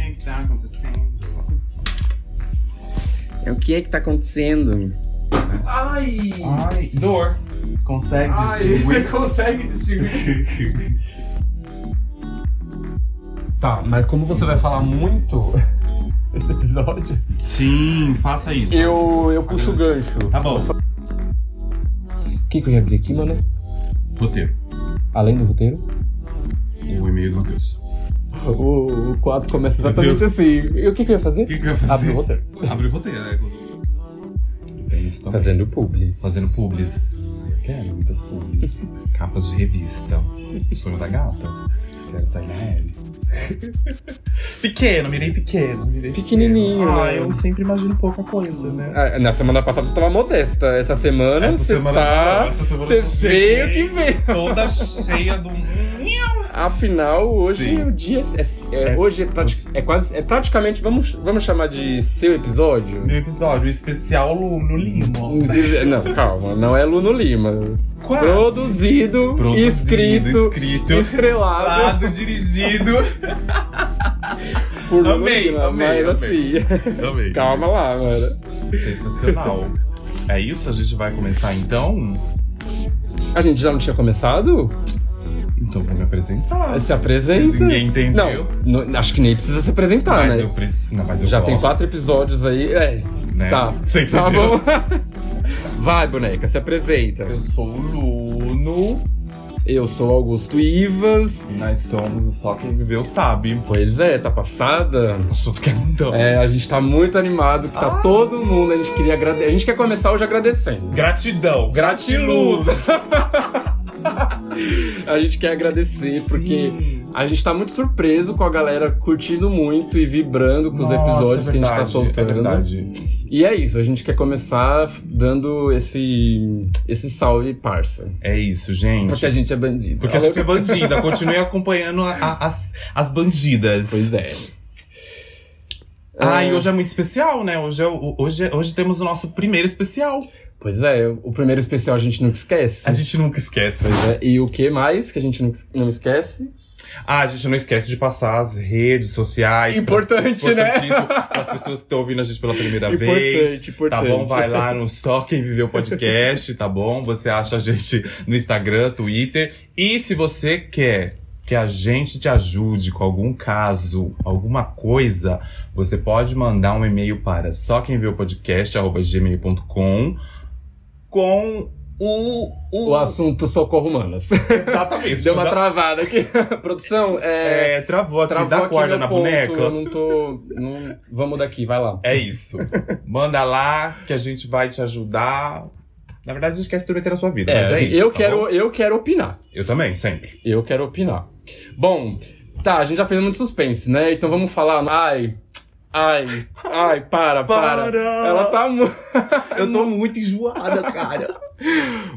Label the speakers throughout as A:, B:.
A: está é tá acontecendo?
B: É o que é que tá acontecendo?
C: Ai!
A: Ai, dor. Consegue
C: Ai,
A: distinguir?
C: consegue distinguir.
D: Tá, mas como você vai falar muito esse episódio,
A: Sim, faça isso.
D: eu, eu puxo o gancho.
A: Tá bom.
D: O que, que eu ia abrir aqui, mano?
A: Roteiro.
D: Além do roteiro?
A: O e-mail do Matheus.
D: O, o quadro começa exatamente assim. E o que, que eu ia
A: O
D: fazer?
A: que, que eu ia fazer?
D: Abrir o roteiro.
A: Abre o roteiro, né? É isso também.
B: Fazendo publis.
A: Fazendo publis. Eu quero muitas publis. Capas de revista. O sonho da gata. Quero sair na L. Pequeno, mirei pequeno. Mirei
B: Pequenininho,
A: pequeno. Ah,
B: né?
A: eu sempre imagino pouca coisa, né?
B: Ah, na semana passada você tava modesta. Essa semana
A: Essa
B: você
A: semana já-
B: tá.
A: essa semana
B: Você
A: já
B: veio
A: cheguei.
B: que veio.
A: Toda cheia do.
B: Afinal, hoje
A: Sim.
B: o dia. É, é- hoje é, prati- é quase. É praticamente. Vamos, vamos chamar de seu episódio?
A: Meu episódio especial Luno Limo.
B: Não, calma. Não é Luno Lima.
A: Quase.
B: Produzido,
A: Produzido,
B: escrito,
A: escrito,
B: estrelado
A: lado, dirigido.
B: por Luno
A: Ah, Amei,
B: Lima.
A: amei,
B: mas
A: amei.
B: assim.
A: Também.
B: Calma lá, mano.
A: Sensacional. É isso? A gente vai começar então?
B: A gente já não tinha começado? Ah,
A: Então vou me apresentar.
B: Se apresenta.
A: Ninguém entendeu.
B: Não, não, acho que nem precisa se apresentar,
A: mas
B: né?
A: eu preciso. Não, mas eu
B: Já tem
A: gosto,
B: quatro episódios aí. É.
A: Né?
B: Tá.
A: Você
B: Tá
A: entendeu?
B: bom. Vai, boneca, se apresenta.
C: Eu sou o Luno.
B: Eu sou Augusto Ivas.
A: Nós somos o Só Quem Viveu Sabe.
B: Pois é, tá passada?
A: Nossa, que então.
B: É, a gente tá muito animado, que
A: Ah.
B: tá todo mundo. A gente queria agradecer. A gente quer começar hoje agradecendo.
A: Gratidão, gratiluz.
B: A gente quer agradecer, porque
A: Sim.
B: a gente tá muito surpreso com a galera curtindo muito e vibrando com os
A: Nossa,
B: episódios
A: é
B: que a gente tá
A: verdade, É
B: soltando.
A: verdade.
B: e é isso, a gente quer começar dando esse, esse salve, parça.
A: É isso, gente.
B: Porque a gente é bandido.
A: Porque a gente é bandida. Continue acompanhando a- a- as, as bandidas.
B: Pois é.
A: Ah, e hoje é muito especial, né? Hoje, é o- hoje, é- hoje temos o nosso primeiro especial.
B: Pois é, o primeiro especial a gente nunca esquece.
A: A gente nunca esquece.
B: Pois é, E o que mais que a gente nunca- não esquece?
A: Ah, a gente não esquece de passar as redes sociais.
B: Importante, né?
A: As pessoas que estão ouvindo a gente pela primeira vez.
B: Importante,
A: Tá
B: importante.
A: bom? Vai lá no Só Quem Viveu Podcast, tá bom? Você acha a gente no Instagram, Twitter. E se você quer que a gente te ajude com algum caso, alguma coisa, você pode mandar um e-mail para só quem vê o podcast, arroba gmail.com, com o.
B: O assunto socorro humanas.
A: Exatamente.
B: Deu uma travada aqui. Produção, é.
A: É, travou aqui,
B: travou
A: dá
B: aqui
A: corda
B: meu
A: na
B: ponto, Eu
A: boneca.
B: não tô. não- Vamos daqui, vai lá.
A: É isso. Manda lá que a gente vai te ajudar. Na verdade, a gente quer se meter na sua vida.
B: É,
A: mas é isso.
B: eu,
A: tá bom?
B: quero, eu quero opinar.
A: Eu também, sempre.
B: Eu quero opinar. Bom, tá, a gente já fez muito suspense, né? Então vamos falar. Ai. Ai, ai, para, para. Ela tá muito.
A: Eu tô muito enjoada, cara.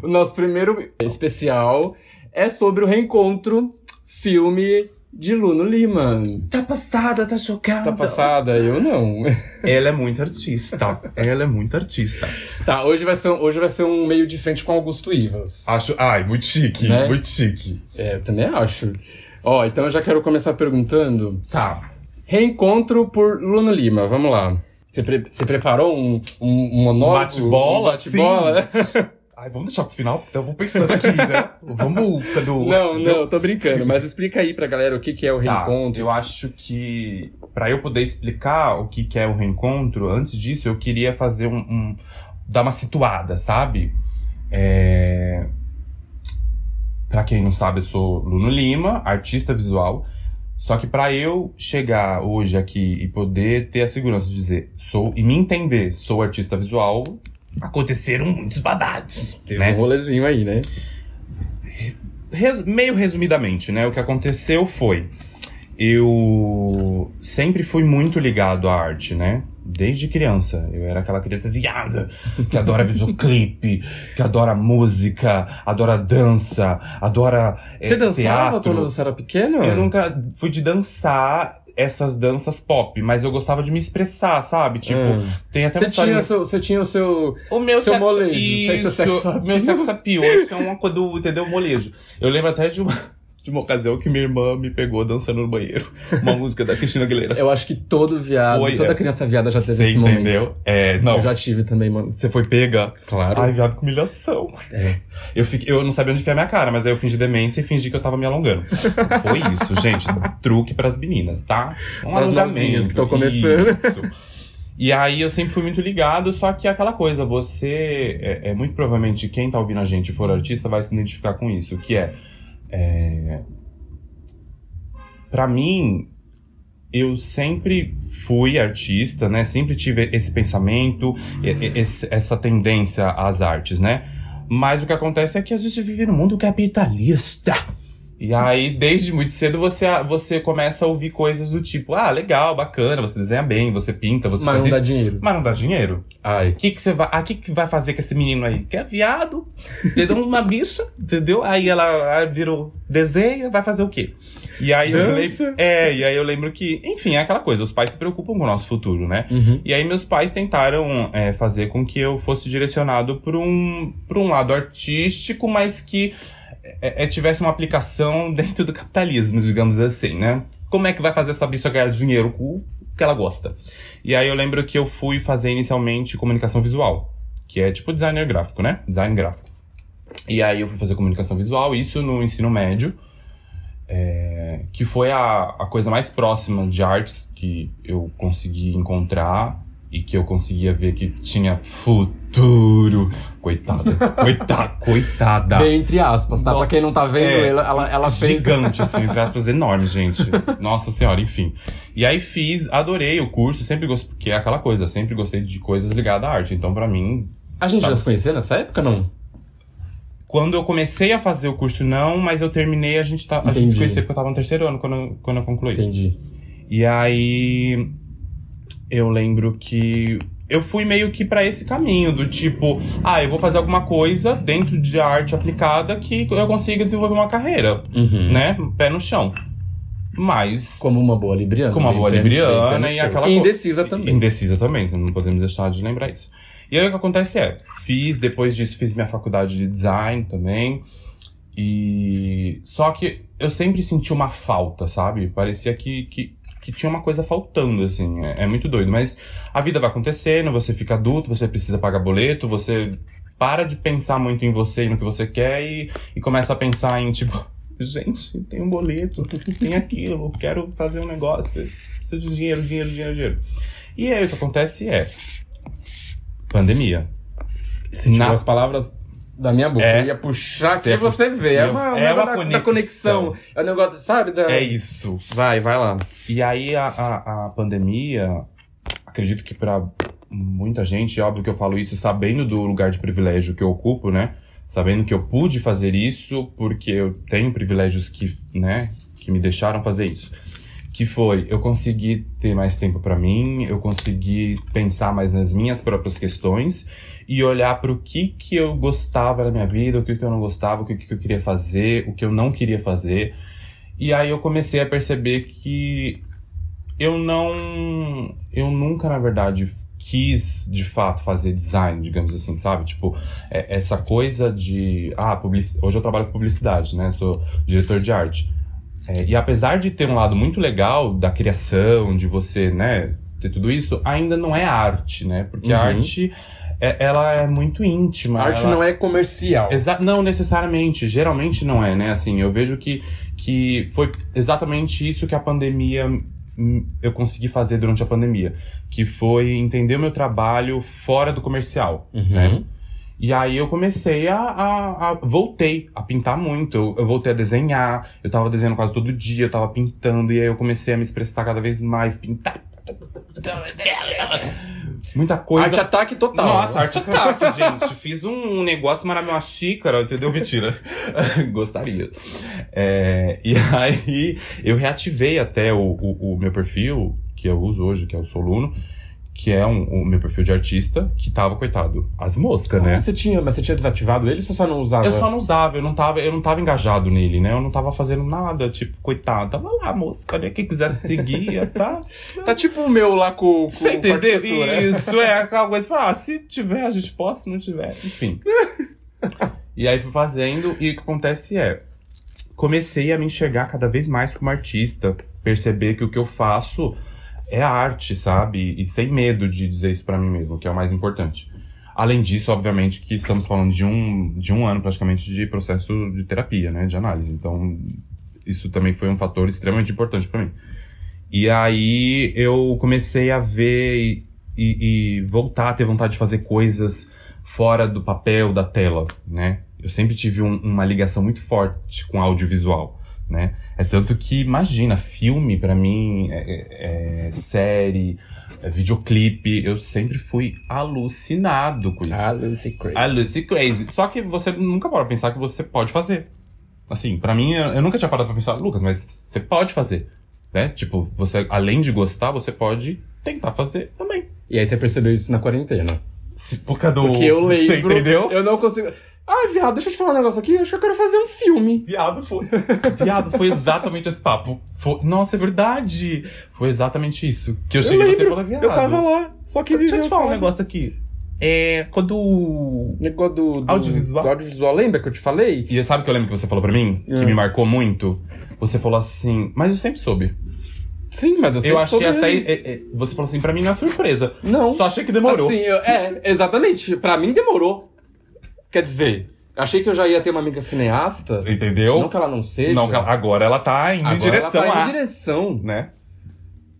B: O nosso primeiro especial é sobre o reencontro filme de Luno Lima.
A: tá passada, tá chocada.
B: Tá passada? Eu não.
A: Ela é muito artista. Ela é muito artista.
B: Tá, hoje vai ser, um- hoje vai ser um meio de frente com Augusto Ivas.
A: Acho. Ai, muito chique.
B: Né?
A: Muito chique.
B: É, eu também acho. Ó, então eu já quero começar perguntando.
A: Tá.
B: Reencontro por Luno Lima, vamos lá. Você, pre- você preparou um, um, um monólogo?
A: Bate-bola,
B: Um bate-bola? né?
A: Ai, vamos deixar pro final? Então eu vou pensando aqui, né? Vamos, Cadu.
B: Não, não, tô brincando. Mas explica aí pra galera o que, que é o
A: Tá,
B: reencontro.
A: eu acho que pra eu poder explicar o que, que é o reencontro, antes disso eu queria fazer um, um- dar uma situada, sabe? É... Para quem não sabe, eu sou Luno Lima, artista visual. Só que pra eu chegar hoje aqui e poder ter a segurança de dizer sou e me entender, sou artista visual, aconteceram muitos babados,
B: Teve
A: né?
B: um rolezinho aí, né?
A: Res- meio resumidamente, né? O que aconteceu foi. Eu sempre fui muito ligado à arte, né? Desde criança. Eu era aquela criança viada que adora videoclipe, que adora música, adora dança, adora. eh,
B: Você dançava
A: teatro.
B: quando você era pequeno? Ah.
A: Eu nunca fui de dançar essas danças pop, mas eu gostava de me expressar, sabe? Tipo,
B: Hum.
A: tem até uma
B: Você
A: história.
B: tinha, seu, você tinha o seu.
A: O meu
B: Seu
A: sexo...
B: molejo,
A: Isso, tá
B: sexo- sexo appeal.
A: meu sexo appeal. Isso é uma coisa do, entendeu? Molejo. Eu lembro até de uma... de uma ocasião que minha irmã me pegou dançando no banheiro. Uma música da Cristina Aguilera.
B: Eu acho que todo viado,
A: Oi,
B: toda
A: é.
B: criança viada já teve
A: Você
B: esse momento.
A: entendeu? É, não.
B: Eu já tive também, mano.
A: Você foi pega?
B: Claro.
A: Ai, viado, que humilhação. É. Eu, fiquei, eu não sabia onde enfiar minha cara, mas aí eu fingi demência e fingi que eu tava me alongando. Foi isso, gente. Truque pras meninas, tá? Um
B: Pras novinhas
A: alongamento.
B: que tão começando.
A: Isso. E aí eu sempre fui muito ligado, só que é aquela coisa, você. É, é muito provavelmente quem tá ouvindo a gente e for artista vai se identificar com isso, que é. é para mim, eu sempre fui artista, né? Sempre tive esse pensamento, e- e- esse- essa tendência às artes, né? Mas o que acontece é que a gente vive num mundo capitalista. E aí, desde muito cedo, você, você começa a ouvir coisas do tipo: ah, legal, bacana, você desenha bem, você pinta, você
B: Mas
A: faz
B: não dá
A: isso.
B: dinheiro.
A: Mas não dá dinheiro.
B: Ai.
A: O que, que você vai. Ah, que, que vai fazer com esse menino aí? Que é viado, entendeu? Uma bicha, entendeu? Aí ela aí virou desenha, vai fazer o quê? E aí eu
B: Dança.
A: lembro. É, e aí eu lembro que, enfim, é aquela coisa, os pais se preocupam com o nosso futuro, né?
B: Uhum.
A: E aí meus pais tentaram é, fazer com que eu fosse direcionado para um, pra um lado artístico, mas que é, é, tivesse uma aplicação dentro do capitalismo, digamos assim, né? Como é que vai fazer essa bicha ganhar dinheiro com o que ela gosta? E aí eu lembro que eu fui fazer inicialmente comunicação visual, que é tipo designer gráfico, né? Design gráfico. E aí eu fui fazer comunicação visual, isso no ensino médio, é, que foi a, a coisa mais próxima de artes que eu consegui encontrar e que eu conseguia ver que tinha futuro. Coitada, coitada, coitada.
B: Bem, entre aspas, tá?
A: Bom,
B: Pra quem não tá vendo,
A: é,
B: ela, ela, ela fez.
A: Gigante, assim, entre aspas, enorme, gente. Nossa senhora, enfim. E aí fiz, adorei o curso, sempre gostei, porque é aquela coisa, sempre gostei de coisas ligadas à arte. Então, pra mim,
B: A gente já
A: Tá.
B: se conhecia nessa época, não?
A: quando eu comecei a fazer o curso, não, mas eu terminei, a gente, tá, a gente
B: Entendi.
A: se conheceu porque eu tava no terceiro ano quando, eu- quando eu concluí.
B: Entendi.
A: E aí eu lembro que eu fui meio que pra esse caminho do tipo, ah, eu vou fazer alguma coisa dentro de arte aplicada que eu consiga desenvolver uma carreira,
B: Uhum.
A: né? Pé no chão. Mas
B: Como uma boa libriana.
A: Como uma
B: bem
A: boa
B: pé no-
A: libriana
B: bem pé no
A: e
B: chão.
A: aquela co-
B: Indecisa também.
A: Indecisa também, então não podemos deixar de lembrar isso. E aí o que acontece é, fiz, depois disso fiz minha faculdade de design também. E só que eu sempre senti uma falta, sabe? Parecia que, que, que tinha uma coisa faltando, assim. É, é muito doido. Mas a vida vai acontecendo, você fica adulto, você precisa pagar boleto, você para de pensar muito em você e no que você quer e, e começa a pensar em tipo. Gente, tem um boleto, tem aquilo, quero fazer um negócio, preciso de dinheiro, dinheiro, dinheiro, dinheiro. E aí o que acontece é. Pandemia.
B: Se tirou
A: Na-
B: as palavras da minha boca,
A: É.
B: eu ia puxar aqui
A: Você ia pux-
B: você vê. É
A: Eu-
B: uma,
A: é
B: uma da-
A: uma
B: da
A: conexão.
B: conexão. É um negócio, sabe? Da...
A: É isso.
B: Vai, vai lá.
A: E aí a, a, a pandemia, acredito que pra muita gente, é óbvio que eu falo isso sabendo do lugar de privilégio que eu ocupo, né? Sabendo que eu pude fazer isso porque eu tenho privilégios que, né, que me deixaram fazer isso. Que foi, eu consegui ter mais tempo pra mim, eu consegui pensar mais nas minhas próprias questões e olhar pro que que eu gostava da minha vida, o que que eu não gostava, o que que eu queria fazer, o que eu não queria fazer. E aí eu comecei a perceber que eu não. Eu nunca, na verdade, quis de fato fazer design, digamos assim, sabe? Tipo, é- essa coisa de. Ah, publici- hoje eu trabalho com publicidade, né? Sou diretor de arte. É, e apesar de ter um lado muito legal da criação, de você, né, ter tudo isso, ainda não é arte, né? Porque a
B: Uhum.
A: arte, é- ela é muito íntima.
B: Arte
A: ela-
B: não é comercial.
A: Exa- não necessariamente, geralmente não é, né? Assim, eu vejo que, que foi exatamente isso que a pandemia hum, eu consegui fazer durante a pandemia, que foi entender o meu trabalho fora do comercial,
B: Uhum.
A: né? E aí eu comecei a, a- a- voltei a pintar muito, eu, eu voltei a desenhar, eu tava desenhando quase todo dia, eu tava pintando, e aí eu comecei a me expressar cada vez mais, pintar. Muita coisa.
B: Arte ataque total.
A: Nossa, arte ataque, gente. Fiz um, um negócio maravilhoso, uma xícara, entendeu? Mentira. Gostaria. É, e aí, eu reativei até o, o- o meu perfil, que eu uso hoje, que é o Soluno, que é um- o meu perfil de artista, que tava, coitado, as moscas, né?
B: Mas Você tinha, mas você tinha desativado ele ou você só não usava?
A: Eu só não usava, eu não tava, eu não tava engajado nele, né? Eu não tava fazendo nada, tipo, coitado, tava lá, mosca, né? Quem quiser seguir, tá?
B: Tá tipo o meu lá com. com
A: Você entendeu?
B: partitura.
A: Isso é aquela coisa de falar, ah, se tiver, a gente possa, se não tiver, enfim. e aí fui fazendo, e o que acontece é. comecei a me enxergar cada vez mais como artista, perceber que o que eu faço é arte, sabe? E sem medo de dizer isso pra mim mesmo, que é o mais importante. Além disso, obviamente, que estamos falando de um, de um ano praticamente de processo de terapia, né? De análise. Então, isso também foi um fator extremamente importante para mim. E aí eu comecei a ver e, e- e voltar a ter vontade de fazer coisas fora do papel, da tela, né? Eu sempre tive um- uma ligação muito forte com audiovisual, né? É tanto que, imagina, filme para mim, é- é- é série, é videoclipe, eu sempre fui alucinado com isso.
B: Ah, Lucy Craig.
A: A Lucy Crazy. Só que você nunca para pensar que você pode fazer. Assim, pra mim, eu, eu nunca tinha parado pra pensar, Lucas, mas você pode fazer. Né? Tipo, você, além de gostar, você pode tentar fazer também.
B: E aí você percebeu isso na quarentena.
A: Se- Por causa do.
B: Porque eu
A: Você
B: lembro.
A: entendeu?
B: Eu não consigo. Ai, viado, deixa eu te falar um negócio aqui. Acho que eu quero fazer um filme.
A: Viado foi. Viado, foi exatamente esse papo. Foi- Nossa, é verdade. Foi exatamente isso. Que eu cheguei em você e
B: lembro.
A: falei, viado.
B: Eu tava lá, só que
A: Deixa eu
B: viveu
A: te falar
B: só.
A: um negócio aqui. É. Quando.
B: Negócio do, do-
A: Audiovisual.
B: do audiovisual, lembra que eu te falei?
A: E sabe o que eu lembro que você falou pra mim? Que
B: É.
A: me marcou muito? Você falou assim, mas eu sempre soube.
B: Sim, mas eu sei
A: Eu
B: que
A: achei
B: soube-
A: até. é, é, você falou assim, pra mim não é surpresa.
B: Não.
A: Só achei que demorou.
B: Assim, eu- é, exatamente. Pra mim demorou. Quer dizer, achei que eu já ia ter uma amiga cineasta.
A: Entendeu?
B: Assim. Não que ela não seja.
A: Não, ela- agora ela tá indo
B: Agora
A: em direção
B: ela tá
A: a.
B: em direção.
A: Né?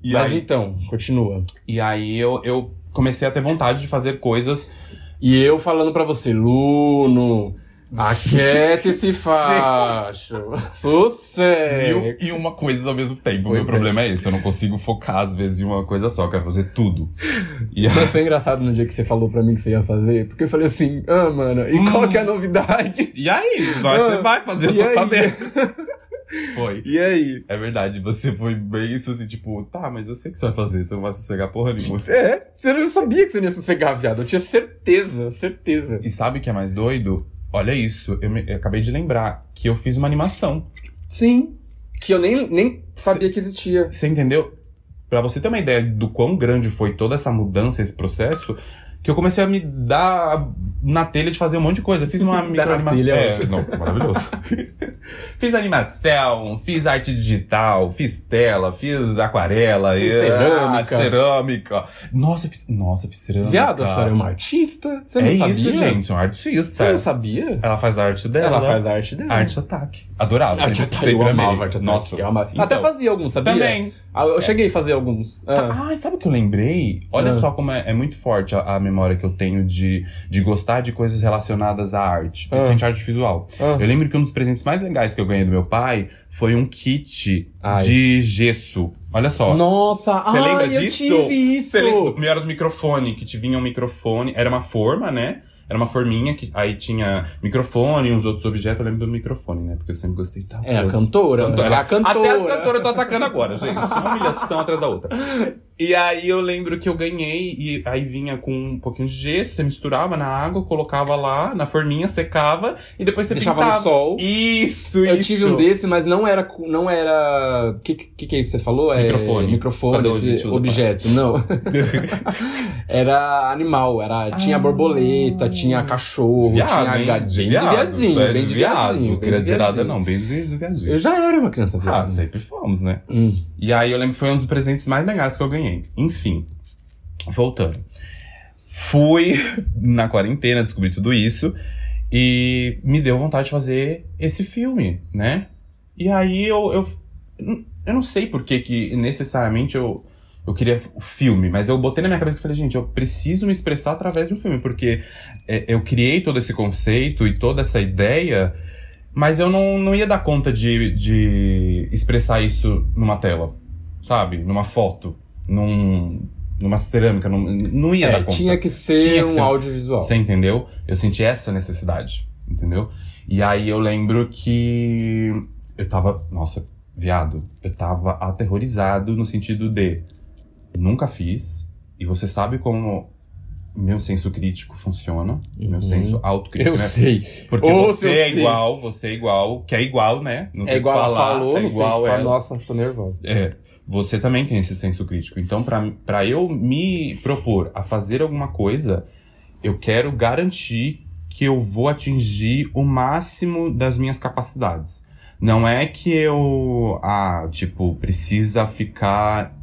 A: E
B: mas
A: aí,
B: então, continua.
A: e aí eu, eu comecei a ter vontade de fazer coisas.
B: E eu falando pra você, Luno, aquete esse facho. Sossego.
A: mil e uma coisas ao mesmo tempo.
B: É. Pois
A: Meu
B: é.
A: problema é esse. Eu não consigo focar, às vezes, em uma coisa só. Eu quero fazer tudo. E aí,
B: Mas foi engraçado no dia que você falou pra mim que você ia fazer, porque eu falei assim, ah, mano, e qual que é a novidade?
A: e aí? Agora
B: Ah,
A: você vai fazer, eu
B: e
A: tô
B: aí?
A: sabendo. Foi.
B: E aí?
A: É verdade, você foi bem isso assim, tipo, tá, mas eu sei o que você vai fazer, você não vai sossegar porra nenhuma.
B: É, você não sabia que você não ia sossegar, viado. Eu tinha certeza, certeza.
A: E sabe o que é mais doido? Olha isso, eu, me- eu acabei de lembrar que eu fiz uma animação.
B: Sim. Que eu nem, nem sabia que existia.
A: Você entendeu? Pra você ter uma ideia do quão grande foi toda essa mudança, esse processo, que eu comecei a me dar na telha de fazer um monte de coisa. Eu Fiz uma
B: Dar na
A: microanimação.
B: telha, eu
A: É, não, maravilhoso. fiz animação, fiz arte digital, fiz tela, fiz aquarela,
B: Fiz
A: e-
B: cerâmica.
A: ah, cerâmica. Nossa, eu fiz, nossa, eu fiz cerâmica.
B: Viado, a senhora é uma artista? Você não
A: é
B: sabia?
A: isso, gente, um
B: Você
A: artista.
B: não sabia?
A: Ela faz a arte dela.
B: É, Ela faz a arte dela.
A: Arte ataque. Adorava.
B: Arte
A: sempre-
B: ataque,
A: sempre
B: eu
A: amei.
B: amava arte ataque,
A: Nossa.
B: eu amava.
A: Então,
B: Até fazia alguns, sabia?
A: Também. Tá.
B: Ah, Eu cheguei a fazer alguns. Ah,
A: Ai, sabe o que eu lembrei? Olha
B: Ah.
A: só como é, é muito forte a, a memória que eu tenho de, de gostar de coisas relacionadas à arte, principalmente arte visual.
B: ah.
A: Eu lembro que um dos presentes mais legais que eu ganhei do meu pai foi um kit
B: Ai.
A: de gesso. Olha só.
B: Nossa,
A: Você
B: ai,
A: lembra
B: eu
A: disso?
B: tive isso.
A: Você lembra- Era do microfone, que te vinha um microfone. Era uma forma, né? Era uma forminha que aí tinha microfone e uns outros objetos. Eu lembro do microfone, né? Porque eu sempre gostei de tal
B: É a
A: coisa.
B: cantora.
A: Cantora.
B: É a cantora.
A: Até a cantora eu tô atacando agora, gente. é Uma humilhação atrás da outra. E aí eu lembro que eu ganhei, e aí vinha com um pouquinho de gesso, você misturava na água, colocava lá, na forminha, secava, e depois você
B: Deixava
A: pintava.
B: no sol.
A: Isso,
B: Eu
A: tá isso.
B: tive um desse, mas não era. cu- Não era. O que, que, que é isso que você falou? É
A: Microfone.
B: Microfone,
A: Cadê o
B: esse
A: gente usa
B: objeto. Não. era animal. Era, tinha
A: Ah.
B: borboleta, tinha cachorro, tinha
A: Viado, hein?
B: gadinho.
A: De viado,
B: viadinho,
A: isso é
B: bem
A: de
B: de
A: viado.
B: viadinho,
A: Não
B: bem
A: queria
B: de
A: dizer nada,
B: viadinho.
A: não. Bem de de viadinho.
B: Eu já era uma criança viada.
A: Ah, sempre fomos, né?
B: Hum.
A: E aí eu lembro que foi um dos presentes mais legais que eu ganhei. Enfim, voltando. Fui na quarentena, descobri tudo isso e me deu vontade de fazer esse filme, né? E aí eu, eu, eu não sei por que que necessariamente eu, eu queria o filme, mas eu botei na minha cabeça e falei, gente, eu preciso me expressar através de um filme, porque é, eu criei todo esse conceito e toda essa ideia, mas eu não, não ia dar conta de, de expressar isso numa tela, sabe? Numa foto, num, numa cerâmica, num- não ia
B: É,
A: dar conta.
B: tinha que ser
A: Tinha que
B: um
A: ser um-
B: audiovisual.
A: Você entendeu? Eu senti essa necessidade, entendeu? E aí eu lembro que eu tava, nossa, viado, eu tava aterrorizado no sentido de nunca fiz e você sabe como meu senso crítico funciona,
B: Uhum.
A: meu senso autocrítico,
B: Eu
A: né?
B: sei.
A: Porque
B: Ô,
A: você
B: seu
A: é
B: filho.
A: igual, você é igual, que é igual, né? Não tem
B: É
A: o
B: igual
A: que
B: ela
A: falar,
B: falou,
A: é
B: não
A: igual
B: tem que falar,
A: ela.
B: nossa, tô nervosa.
A: É, você também tem esse senso crítico. Então, pra pra eu me propor a fazer alguma coisa, eu quero garantir que eu vou atingir o máximo das minhas capacidades. Não é que eu, ah, tipo, precisa ficar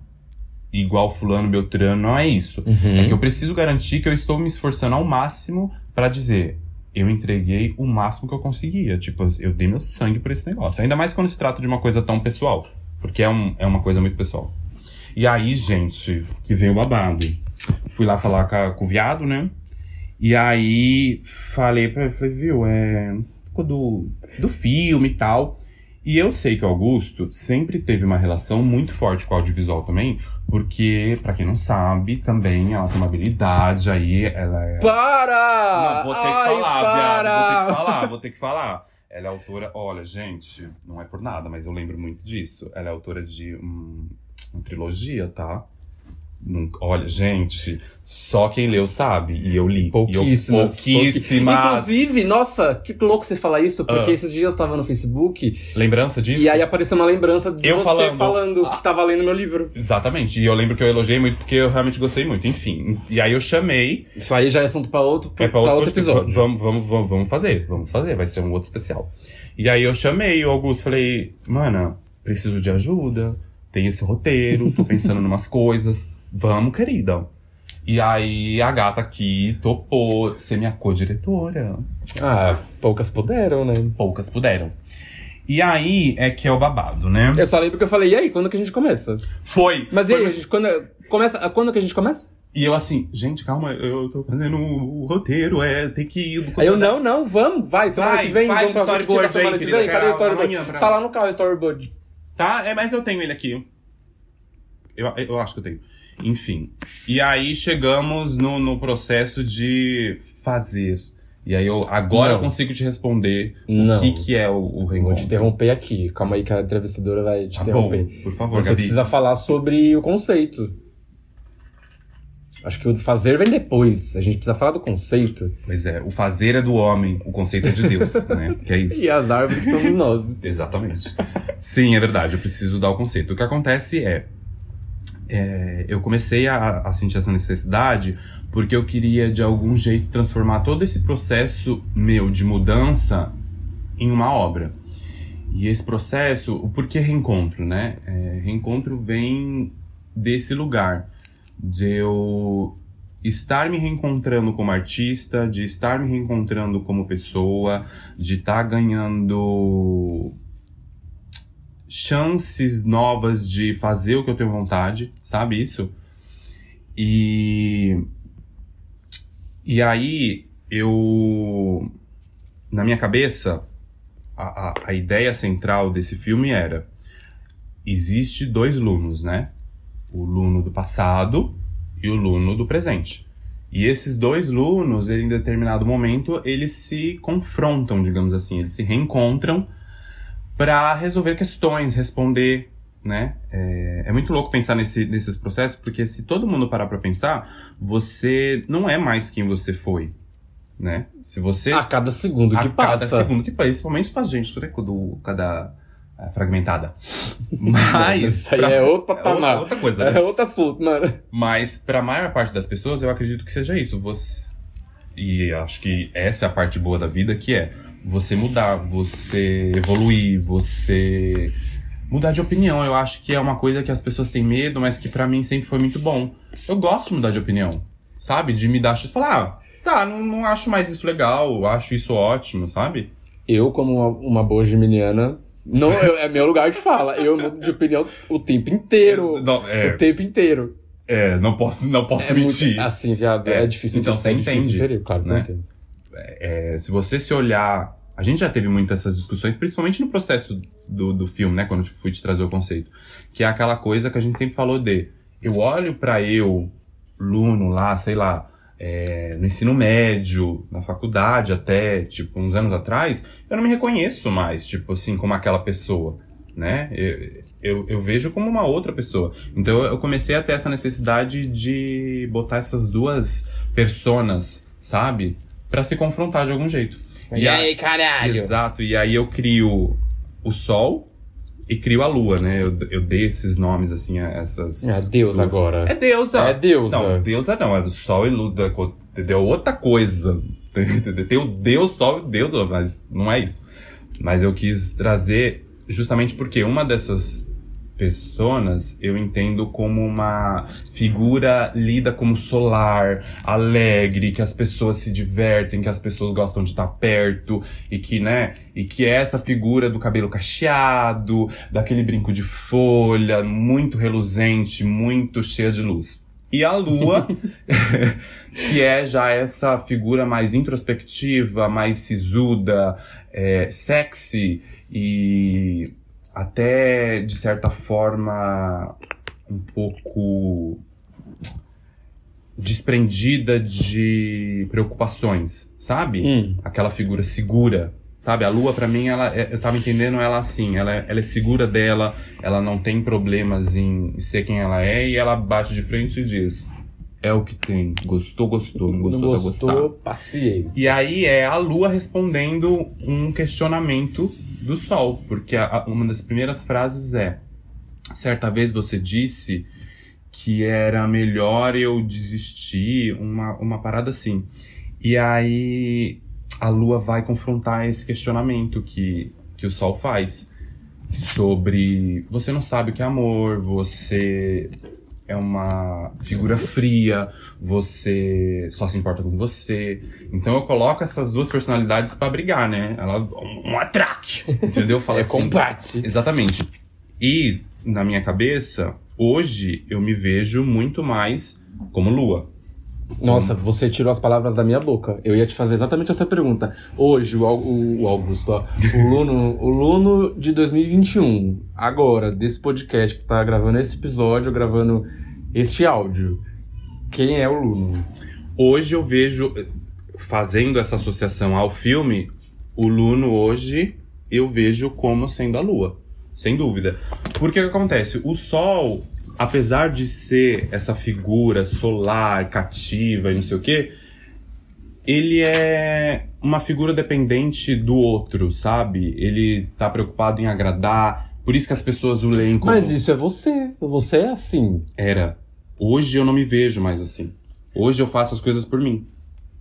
A: igual fulano Beltrano, não é isso. É
B: Uhum.
A: que eu preciso garantir que eu estou me esforçando ao máximo pra dizer, eu entreguei o máximo que eu conseguia. Tipo, eu dei meu sangue por esse negócio. Ainda mais quando se trata de uma coisa tão pessoal, porque é, um, é uma coisa muito pessoal. E aí, gente, que veio o babado. Fui lá falar com, a- com o viado, né? E aí falei pra ele, falei, viu, é. ficou Do, do filme e tal. E eu sei que o Augusto sempre teve uma relação muito forte com o audiovisual também, porque, pra quem não sabe, também ela tem uma habilidade aí, ela é.
B: Para!
A: Não, vou ter
B: Ah, Ai,
A: que falar,
B: para!
A: viado. Vou ter que falar, vou ter que falar. Ela é autora. Olha, gente, não é por nada, mas eu lembro muito disso. Ela é autora de um- uma trilogia, tá? Nunca- Olha, gente, só quem leu sabe. E eu li. E eu-
B: Pouquíssimas.
A: pouquíssimas.
B: Inclusive, nossa, que louco você falar isso, porque
A: Ah.
B: esses dias eu tava no Facebook
A: Lembrança disso?
B: e aí apareceu uma lembrança de
A: Eu
B: você
A: falando.
B: que tava lendo meu livro.
A: Exatamente. E eu lembro que eu elogiei muito porque eu realmente gostei muito. Enfim. E aí eu chamei
B: Isso aí já é assunto pra outro,
A: É pra outro, podcast.
B: episódio.
A: Vamos, vamos, vamos, vamos fazer, vamos fazer, vai ser um outro especial. E aí eu chamei o Augusto, falei, mana, preciso de ajuda, tem esse roteiro, tô pensando em umas coisas, vamos, querida. E aí a gata aqui topou ser minha co-diretora.
B: Ah, poucas puderam, né?
A: Poucas puderam. E aí é que é o babado, né?
B: Eu só lembro que eu falei, e aí, quando que a gente começa?
A: Foi!
B: Mas e
A: foi
B: aí, a gente, quando, é, começa, quando que a gente começa?
A: E eu assim, gente, calma, eu tô fazendo o roteiro, é, tem que ir do
B: Aí eu, não, não, vamos, vai, semana
A: Vai,
B: que vem,
A: faz
B: vamos pra
A: o storyboard
B: Argentina semana
A: aí,
B: que
A: querida,
B: vem, cadê o
A: cara,
B: storyboard?
A: amanhã pra-
B: Tá lá no carro o storyboard.
A: Tá? É, mas eu tenho ele aqui. Eu, eu acho que eu tenho. Enfim. E aí chegamos no, no processo de fazer. E aí eu agora
B: Não.
A: eu consigo te responder o
B: Não,
A: que, que é o, o
B: vou te
A: reencontro.
B: interromper aqui. Calma aí que a entrevistadora vai te
A: Tá bom,
B: interromper.
A: por favor,
B: Você
A: Gabi.
B: precisa falar sobre o conceito. Acho que o fazer vem depois. A gente precisa falar do conceito.
A: Pois é, o fazer é do homem, o conceito é de Deus, né? Que é isso.
B: E as árvores somos nós.
A: Exatamente. Sim, é verdade, eu preciso dar o conceito. O que acontece é. é, eu comecei a, a sentir essa necessidade porque eu queria, de algum jeito, transformar todo esse processo meu de mudança em uma obra. E esse processo, o porquê reencontro, né? É, reencontro vem desse lugar, de eu estar me reencontrando como artista, de estar me reencontrando como pessoa, de estar ganhando chances novas de fazer o que eu tenho vontade, sabe isso? E e aí eu na minha cabeça a, a, a ideia central desse filme era existe dois lunos, né? O luno do passado e o luno do presente. E esses dois lunos, ele, em determinado momento, eles se confrontam, digamos assim, eles se reencontram para resolver questões, responder, né? É, é muito louco pensar nesse- nesses processos, porque se todo mundo parar para pensar, você não é mais quem você foi, né? Se você
B: A cada segundo que
A: a cada
B: passa.
A: segundo que passa, principalmente pra gente, né? Quando cada é, fragmentada. Mas
B: Isso aí
A: pra-
B: é outro
A: é outra,
B: patamar.
A: outra coisa. né?
B: É outro assunto, mano.
A: Mas para a maior parte das pessoas, eu acredito que seja isso. Você e acho que essa é a parte boa da vida, que é você mudar, você evoluir, você mudar de opinião. Eu acho que é uma coisa que as pessoas têm medo, mas que para mim sempre foi muito bom. Eu gosto de mudar de opinião, sabe? De me dar chance, falar, ah, tá, não, não acho mais isso legal, acho isso ótimo, sabe?
B: Eu, como uma, uma boa geminiana, não, eu- é meu lugar de fala. Eu mudo de opinião o tempo inteiro.
A: Não, é,
B: O tempo inteiro.
A: é, não posso, não posso
B: É
A: mentir.
B: muito, assim, viado, é,
A: É,
B: difícil.
A: então
B: de-
A: você
B: é difícil de
A: entende,
B: gerir, claro, que eu
A: né?
B: entendo.
A: É, se você se olhar. A gente já teve muitas essas discussões, principalmente no processo do, do filme, né? Quando eu fui te trazer o conceito. Que é aquela coisa que a gente sempre falou de. Eu olho pra eu, Luno, lá, sei lá, é, no ensino médio, na faculdade até, tipo, uns anos atrás, eu não me reconheço mais, tipo assim, como aquela pessoa, né? Eu, eu, eu vejo como uma outra pessoa. Então eu comecei a ter essa necessidade de botar essas duas personas, sabe? Pra se confrontar de algum jeito. E aí,
B: caralho?
A: Exato, e aí eu crio o Sol e crio a Lua, né? Eu, eu dei esses nomes, assim, a essas.
B: É Deus agora.
A: É deusa!
B: É Deus.
A: Não, deusa não, é do Sol e Lua, da co- entendeu? Outra coisa. entendeu? Tem o Deus, Sol e Deus, mas não é isso. Mas eu quis trazer justamente porque uma dessas pessoas eu entendo como uma figura lida como solar, alegre, que as pessoas se divertem, que as pessoas gostam de estar perto e que, né, e que é essa figura do cabelo cacheado, daquele brinco de folha, muito reluzente, muito cheia de luz. E a lua, que é já essa figura mais introspectiva, mais sisuda, é, sexy e até de certa forma um pouco desprendida de preocupações, sabe?
B: Hum.
A: Aquela figura segura, sabe? A lua pra mim ela é- eu tava entendendo ela assim, ela é, ela é segura dela, ela não tem problemas em ser quem ela é e ela bate de frente e diz: "É o que tem. Gostou, gostou, não gostou,
B: não
A: tá gostado."
B: gostou, paciência.
A: E aí é a Lua respondendo um questionamento do Sol, porque a- a- uma das primeiras frases é: certa vez você disse que era melhor eu desistir, uma, uma parada assim. E aí a Lua vai confrontar esse questionamento que, que o Sol faz sobre você não sabe o que é amor, você é uma figura fria, você só se importa com você, então eu coloco essas duas personalidades pra brigar, né? Ela um, um atraque, entendeu? Fala
B: É
A: assim,
B: combate.
A: Exatamente. E na minha cabeça, hoje eu me vejo muito mais como lua.
B: Nossa, você tirou as palavras da minha boca. Eu ia te fazer exatamente essa pergunta. Hoje, o, Au- o Augusto, ó, o Luno, o Luno de 2021, agora, desse podcast que tá gravando esse episódio, gravando este áudio. Quem é o Luno?
A: Hoje eu vejo fazendo essa associação ao filme, o Luno hoje eu vejo como sendo a lua, sem dúvida. Porque o que acontece? O sol, apesar de ser essa figura solar, cativa e não sei o quê, ele é uma figura dependente do outro, sabe? Ele tá preocupado em agradar, por isso que as pessoas o leem como
B: Mas isso é você. Você é assim.
A: era. Hoje eu não me vejo mais assim. Hoje eu faço as coisas por mim.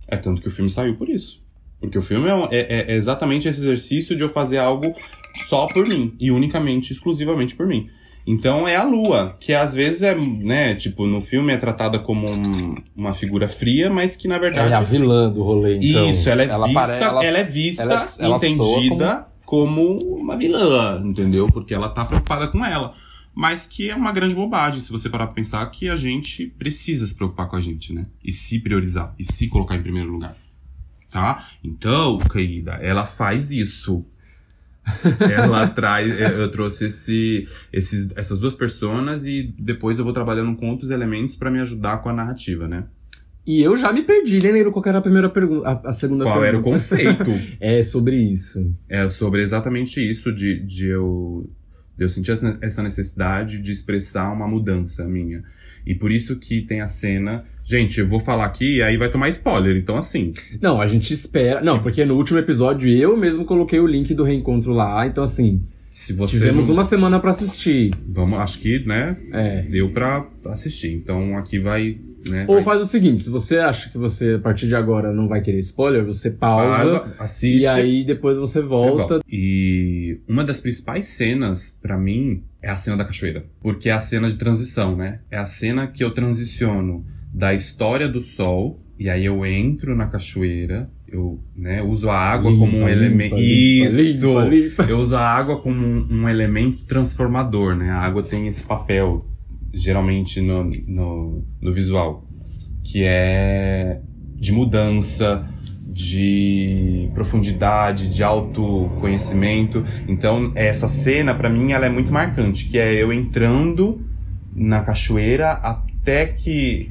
A: É tanto que o filme saiu por isso. Porque o filme é, um- é- é- é exatamente esse exercício de eu fazer algo só por mim. E unicamente, exclusivamente por mim. Então é a lua, que às vezes é, né, tipo, no filme é tratada como um- uma figura fria, mas que na verdade.
B: Ela é a vilã do rolê, então.
A: Isso, ela é vista,
B: pare-
A: ela, é vista
B: ela- ela soa
A: entendida como... uma vilã, entendeu? Porque ela tá preocupada com ela. Mas que é uma grande bobagem, se você parar pra pensar que a gente precisa se preocupar com a gente, né? E se priorizar, e se colocar em primeiro lugar. Tá? Então, querida, ela faz isso. Ela traz. é, Eu trouxe esse, esses, essas duas personas e depois eu vou trabalhando com outros elementos pra me ajudar com a narrativa, né?
B: E eu já me perdi, nem lembro qual que era a primeira pergunta. A, a segunda
A: Qual era o
B: pergunta.
A: conceito?
B: É sobre isso.
A: É sobre exatamente isso de, de eu de eu sentir essa- essa necessidade de expressar uma mudança minha. E por isso que tem a cena. Gente, eu vou falar aqui e aí vai tomar spoiler. Então, assim.
B: Não, a gente espera. Não, porque no último episódio eu mesmo coloquei o link do reencontro lá. Então, assim,
A: Se você.
B: tivemos
A: não-
B: uma semana pra assistir.
A: Vamos, acho que, né?
B: É.
A: Deu pra assistir. Então aqui vai. Né,
B: Ou
A: vai-
B: faz o seguinte: se você acha que você, a partir de agora, não vai querer spoiler, você pausa.
A: faz, assiste.
B: E aí depois você volta.
A: E uma das principais cenas, pra mim, é a cena da cachoeira. Porque é a cena de transição, né? É a cena que eu transiciono da história do sol, e aí eu entro na cachoeira, eu né, uso a água como um
B: Limpa,
A: elemento.
B: limpa, limpa,
A: Isso!
B: limpa, limpa.
A: Eu uso a água como um, um elemento transformador, né? A água tem esse papel, geralmente no, no, no visual, que é de mudança, de profundidade, de autoconhecimento. Então, essa cena, pra mim, ela é muito marcante, que é eu entrando na cachoeira até que...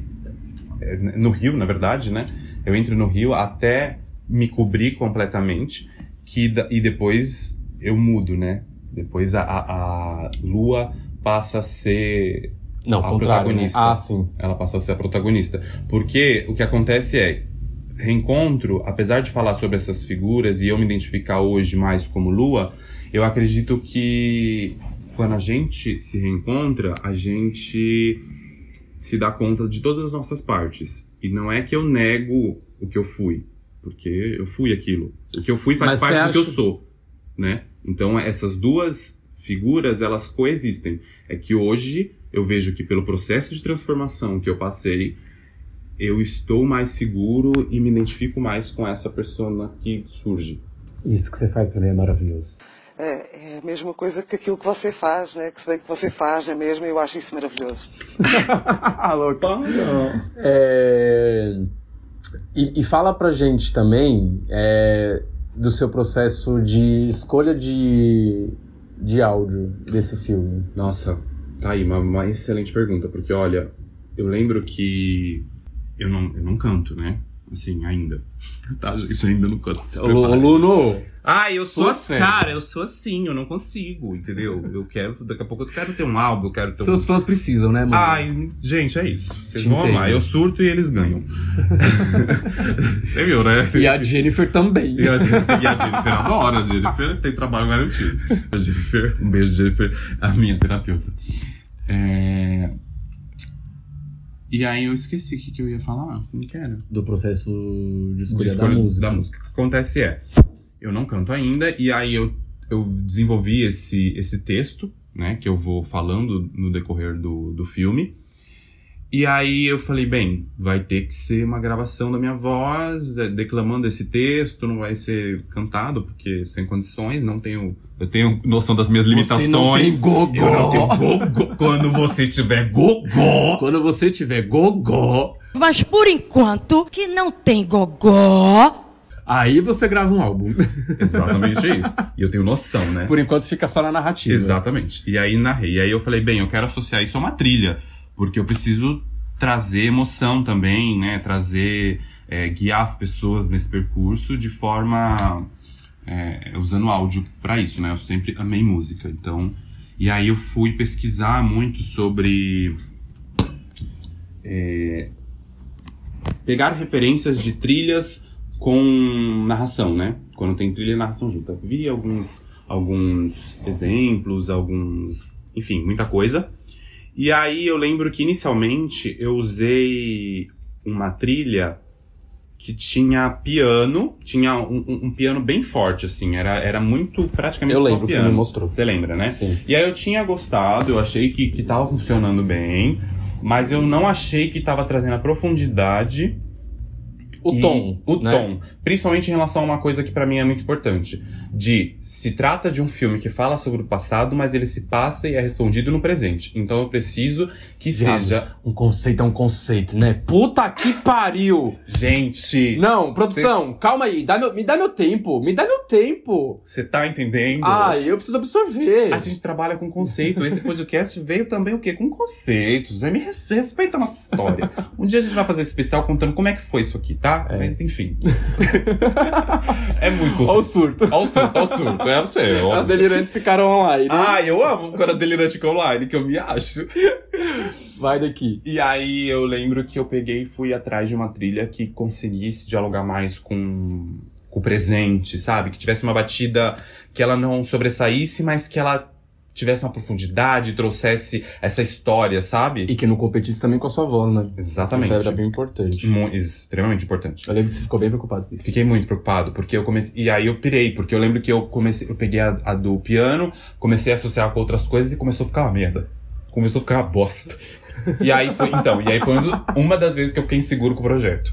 A: eh, No rio, na verdade, né? Eu entro no rio até me cobrir completamente que, da- e depois eu mudo, né? Depois a, a, a lua passa a ser.
B: Não,
A: Ah, o
B: contrário. Né?
A: protagonista.
B: Ah, sim.
A: Ela passa a ser a protagonista. Porque o que acontece é. Reencontro, apesar de falar sobre essas figuras e eu me identificar hoje mais como lua, eu acredito que quando a gente se reencontra, a gente se dá conta de todas as nossas partes. E não é que eu nego o que eu fui, porque eu fui aquilo. O que eu fui faz
B: Mas
A: parte
B: você
A: do que eu
B: acha-
A: sou, né? Então essas duas figuras, elas coexistem. É que hoje eu vejo que pelo processo de transformação que eu passei, eu estou mais seguro e me identifico mais com essa persona que surge.
B: Isso que você faz pra mim é maravilhoso.
E: É, é a mesma coisa que aquilo que você faz, né? Que se bem que você faz, não é mesmo? Eu acho isso maravilhoso.
A: Louca.
B: É, E, e fala pra gente também é, do seu processo de escolha de, de áudio desse filme.
A: Nossa, tá aí, uma, uma excelente pergunta, porque olha, eu lembro que eu não, eu não canto, né? Assim, ainda. Tá, gente, ainda não canto. se
B: Ô, Lu-
A: prepara.
B: ô, Luno,
A: Ah, eu sou
B: Você.
A: cara, eu sou assim, eu não consigo, entendeu? Eu quero, daqui a pouco eu quero ter um álbum, eu quero ter um.
B: seus fãs precisam, né, mano?
A: Ai, gente, é isso. Vocês
B: Te
A: vão amar.
B: entendo.
A: Eu surto e eles ganham. Você viu, né?
B: E a Jennifer também.
A: E a, e a Jennifer é adora, a Jennifer tem trabalho garantido. A Jennifer, um beijo, Jennifer, a minha terapeuta. É, E aí eu esqueci o que, que eu ia falar, não quero.
B: Do processo de
A: De
B: escolha,
A: escolha
B: da música.
A: O que acontece é, eu não canto ainda, e aí eu, eu desenvolvi esse, esse texto, né, que eu vou falando no decorrer do, do filme. E aí eu falei, bem, vai ter que ser uma gravação da minha voz, de- declamando esse texto, não vai ser cantado, porque sem condições, não tenho. Eu tenho noção das minhas limitações.
B: Você não tem gogó.
A: Eu não tenho gogó. Quando você tiver gogó.
B: Quando você tiver gogó,
F: Mas por enquanto, que não tem gogó,
B: aí você grava um álbum.
A: Exatamente isso. E eu tenho noção, né?
B: Por enquanto fica só na narrativa.
A: Exatamente. E aí narrei. E aí eu falei, bem, eu quero associar isso a uma trilha, porque eu preciso trazer emoção também, né? Trazer, é, guiar as pessoas nesse percurso de forma é, usando áudio pra isso, né? Eu sempre amei música, então. E aí eu fui pesquisar muito sobre é, pegar referências de trilhas com narração, né? Quando tem trilha e narração junto. Eu vi alguns alguns exemplos, alguns. Enfim, muita coisa. E aí eu lembro que inicialmente eu usei uma trilha que tinha piano, tinha um, um- um piano bem forte, assim, era, era muito praticamente
B: Eu
A: só
B: lembro, o
A: piano.
B: filme mostrou.
A: Você lembra, né?
B: Sim.
A: E aí eu tinha gostado, eu achei que, que tava funcionando bem, mas eu não achei que tava trazendo a profundidade
B: O
A: e
B: tom.
A: O
B: né?
A: tom. Principalmente em relação a uma coisa que pra mim é muito importante. De se trata de um filme que fala sobre o passado, mas ele se passa e é respondido no presente. Então eu preciso que
B: Viado.
A: seja.
B: Um conceito é um conceito, né? Puta que pariu!
A: Gente,
B: Não, produção, calma aí. dá meu- me dá meu tempo. Me dá meu tempo.
A: você tá entendendo?
B: Ai, eu preciso absorver.
A: A gente trabalha com conceito. Esse podcast veio também o quê? Com conceitos. É, me res- respeita a nossa história. Um dia a gente vai fazer um especial contando como é que foi isso aqui, tá?
B: É.
A: Mas enfim. é muito
B: Olha o
A: conceito.
B: surto.
A: Olha o surto, olha o surto. É o seu, é
B: As
A: óbvio.
B: delirantes ficaram online.
A: Ah, eu amo quando a delirante fica online, que eu me acho.
B: Vai daqui.
A: E aí eu lembro que eu peguei e fui atrás de uma trilha que conseguisse dialogar mais com, com o presente, sabe? Que tivesse uma batida que ela não sobressaísse, mas que ela tivesse uma profundidade, trouxesse essa história, sabe?
B: E que não competisse também com a sua voz, né?
A: Exatamente.
B: Isso era bem importante.
A: Mu- extremamente importante.
B: Eu lembro que você ficou bem preocupado com isso.
A: Fiquei muito preocupado, porque eu comecei. E aí eu pirei, porque eu lembro que eu comecei. Eu peguei a, a do piano, comecei a associar com outras coisas e começou a ficar uma merda. Começou a ficar uma bosta. E aí foi. Então, e aí foi um dos- uma das vezes que eu fiquei inseguro com o projeto.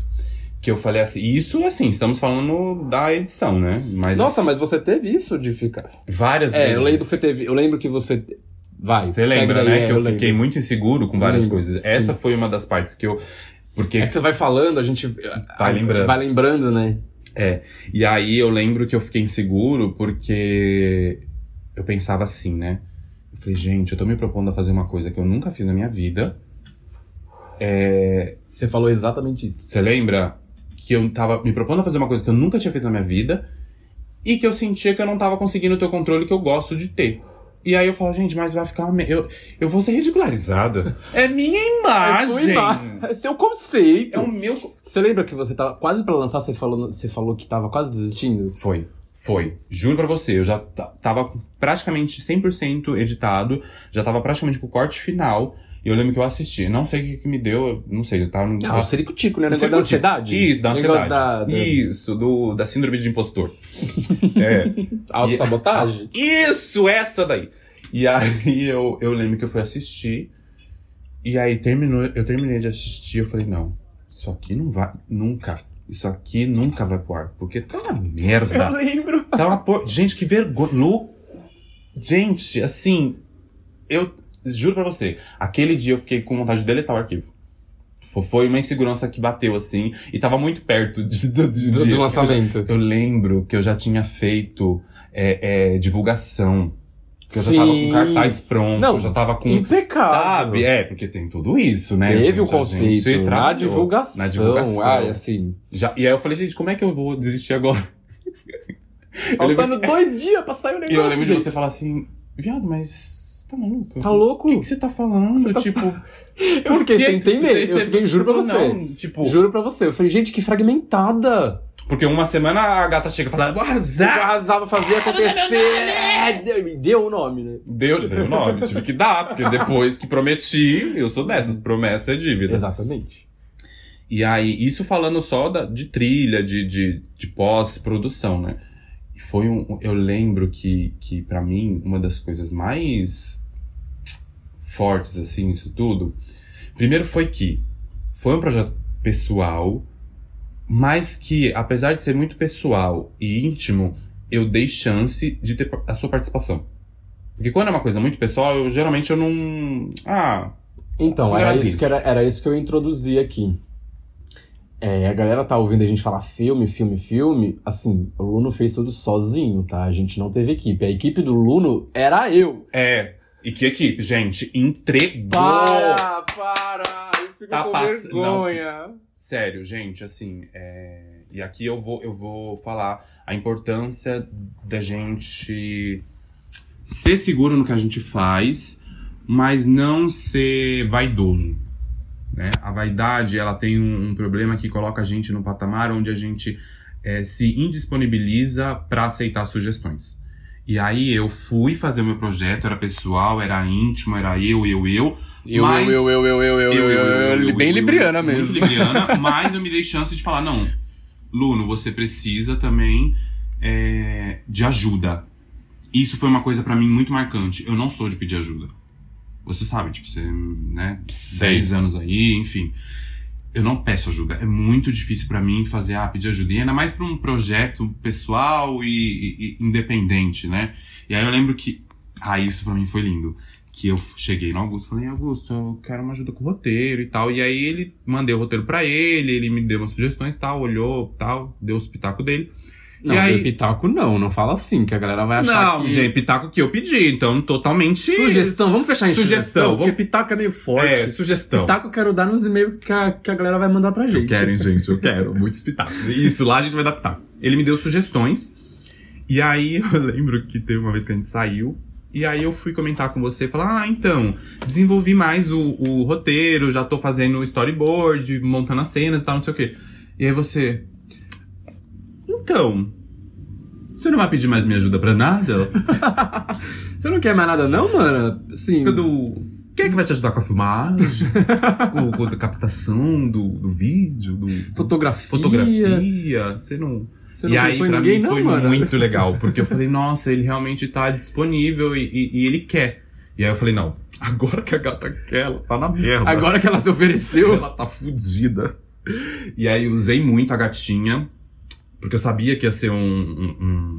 A: Que eu falei assim, isso assim, estamos falando da edição, né? Mas
B: Nossa, mas você teve isso de ficar.
A: várias
B: É,
A: vezes.
B: eu lembro que você teve. Eu lembro que você. te- Vai.
A: Você
B: segue
A: lembra,
B: daí,
A: né?
B: é,
A: que eu, fiquei
B: lembro.
A: muito inseguro com várias
B: Lembro,
A: coisas.
B: sim.
A: Essa foi uma das partes que eu. Porque
B: É que você vai falando, a gente.
A: Vai Tá lembrando.
B: Vai lembrando, né?
A: E aí eu lembro que eu fiquei inseguro porque eu pensava assim, né? Eu falei, gente, eu tô me propondo a fazer uma coisa que eu nunca fiz na minha vida.
B: Você falou exatamente isso.
A: Você lembra que eu tava me propondo a fazer uma coisa que eu nunca tinha feito na minha vida e que eu sentia que eu não tava conseguindo ter o controle que eu gosto de ter. E aí eu falo, gente, mas vai ficar uma... me- Eu, eu vou ser ridicularizada. É minha
B: É sua
A: imagem!
B: ima- É seu conceito.
A: É o meu...
B: Você lembra que você tava quase pra lançar, você falou, você falou que tava quase desistindo?
A: Foi. Foi. Juro pra você, eu já ta- tava praticamente 100% editado, já tava praticamente com o corte final. E eu lembro que eu assisti. Não sei o que, que me deu, eu não sei, eu tava no.
B: Ah, o Sericutico, né? O negócio da
A: Circuito.
B: ansiedade?
A: Isso, da
B: O negócio
A: ansiedade.
B: Da, da
A: Isso, do, da síndrome de impostor. é.
B: autossabotagem?
A: Isso, essa daí. E aí eu, eu lembro que eu fui assistir. E aí terminou, eu terminei de assistir, eu falei, não, isso aqui não vai, nunca. Isso aqui nunca vai pro ar, porque tá uma merda.
G: Eu lembro.
A: Tá uma por... Gente, que vergonha. No... Gente, assim, eu juro pra você, aquele dia eu fiquei com vontade de deletar o arquivo. Fo- Foi uma insegurança que bateu, assim, e tava muito perto de, do, de-
B: Do,
A: de-
B: do lançamento.
A: Eu lembro que eu já tinha feito é, é, divulgação. Que eu já tava com
B: Sim.
A: cartaz pronto,
B: Não,
A: eu já tava com.
B: Impecável.
A: Sabe? É, porque tem tudo isso, né?
B: Teve
A: gente?
B: o
A: A gente
B: conceito na
A: trabalhou
B: divulgação.
A: Na divulgação.
B: Ah, e assim.
A: Já- e aí eu falei, gente, como é que eu vou desistir agora? Eu lembro-
G: Faltando dois dias pra sair o
A: E
G: negócio.
A: eu lembro de
G: gente.
A: você falar assim, viado, mas tá maluco?
B: Tá louco?
A: O que que você tá falando? Tipo, é
B: Eu fiquei sem entender.
A: Você-
B: eu
A: você-
B: fiquei, juro pra
A: falou,
B: você.
A: Não, tipo,
B: Juro pra você. Eu falei, gente, que fragmentada.
A: porque uma semana a gata chega e fala, vou
B: Eu
A: arrasar!
B: arrasava fazer acontecer. É, deu- Me deu o nome, né?
A: Deu, deu o nome, tive que dar, porque depois que prometi, eu sou dessas, promessa é dívida.
B: Exatamente.
A: E aí, isso falando só da- de trilha, de, de, de pós-produção, né? E foi um. Eu lembro que, que para mim, uma das coisas mais fortes, assim, isso tudo. Primeiro foi que foi um projeto pessoal, mas que, apesar de ser muito pessoal e íntimo, eu dei chance de ter a sua participação. Porque quando é uma coisa muito pessoal, eu geralmente eu não. Ah,
B: Então, era
A: Agradeço.
B: isso, que era, era isso que eu introduzi aqui. É, a galera tá ouvindo a gente falar filme, filme, filme. Assim, o Luno fez tudo sozinho, tá? A gente não teve equipe. A equipe do Luno era eu.
A: é. E que equipe, gente, entregou!
B: para! Eu fico
A: Tá com pass- vergonha. Sério, gente, assim, é, e aqui eu vou, eu vou falar a importância da gente ser seguro no que a gente faz, mas não ser vaidoso. Né? A vaidade ela tem um, um problema que coloca a gente num patamar onde a gente é, se indisponibiliza para aceitar sugestões. E aí eu fui fazer o meu projeto, era pessoal, era íntimo, era eu, eu, eu.
B: Eu,
A: Mas-
B: eu, eu, eu, eu, eu, eu, eu, eu, bem libriana
A: muito
B: mesmo.
A: libriana, mas eu me dei chance de falar, não, Luno, você precisa também é, de ajuda. Isso foi uma coisa pra mim muito marcante. Eu não sou de pedir ajuda. Você sabe, tipo, você, né, seis anos aí, enfim. Eu não peço ajuda. É muito difícil pra mim fazer, ah, pedir ajuda. E ainda mais pra um projeto pessoal e, e- e independente, né? E aí eu lembro que. Ah, isso pra mim foi lindo que eu cheguei no Augusto e falei, Augusto, eu quero uma ajuda com o roteiro e tal. E aí ele mandei o roteiro pra ele, ele me deu umas sugestões e tal, olhou tal, deu os pitaco dele.
B: Não,
A: E aí-
B: deu pitaco não, não fala assim, que a galera vai achar
A: Não,
B: que...
A: gente, pitaco que eu pedi, então totalmente.
B: Sugestão, vamos fechar em sugestão,
A: Sugestão,
B: porque
A: vamos-
B: pitaco é meio forte.
A: É, sugestão.
B: Pitaco eu quero dar nos e-mails que a, que a galera vai mandar pra gente.
A: Eu quero, hein, gente, eu quero. Muitos pitacos. Isso, lá a gente vai dar pitaco. Ele me deu sugestões. E aí eu lembro que teve uma vez que a gente saiu. E aí eu fui comentar com você, falar, ah, então, desenvolvi mais o, o roteiro, já tô fazendo storyboard, montando as cenas e tal, não sei o quê. E aí você. Então. Você não vai pedir mais minha ajuda pra nada?
B: Você não quer mais nada não, mano? Assim, Sim.
A: Do. Quem é que vai te ajudar com a filmagem? com, com a captação do, do vídeo, do.
B: Fotografia.
A: Fotografia. Você não.
B: Você
A: e
B: não
A: aí,
B: pensou em
A: pra
B: ninguém
A: mim,
B: não,
A: foi
B: mano?
A: muito legal, porque eu falei, nossa, ele realmente tá disponível e, e- e ele quer. E aí eu falei, não, agora que a gata quer, ela tá na merda.
B: Agora que ela se ofereceu.
A: ela tá fudida. E aí usei muito a gatinha, porque eu sabia que ia ser um. um- um-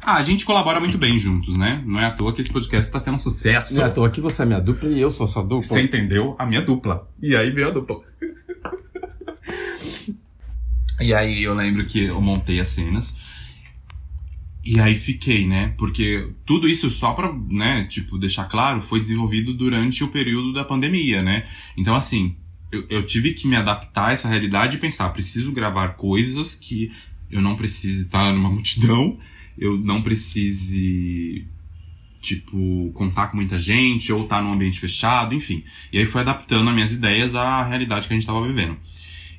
A: Ah, a gente colabora muito bem juntos, né? Não é à toa que esse podcast tá sendo um sucesso.
B: Já tô aqui, você é minha dupla e eu sou sua dupla.
A: Você entendeu? A minha dupla. E aí veio a dupla. e aí eu lembro que eu montei as cenas. E aí fiquei, né? Porque tudo isso, só pra, né, tipo, deixar claro, foi desenvolvido durante o período da pandemia, né? Então, assim, eu, eu tive que me adaptar a essa realidade e pensar, preciso gravar coisas que eu não precise estar numa multidão, eu não precise, tipo, contar com muita gente ou estar num ambiente fechado, enfim. E aí foi adaptando as minhas ideias à realidade que a gente tava vivendo.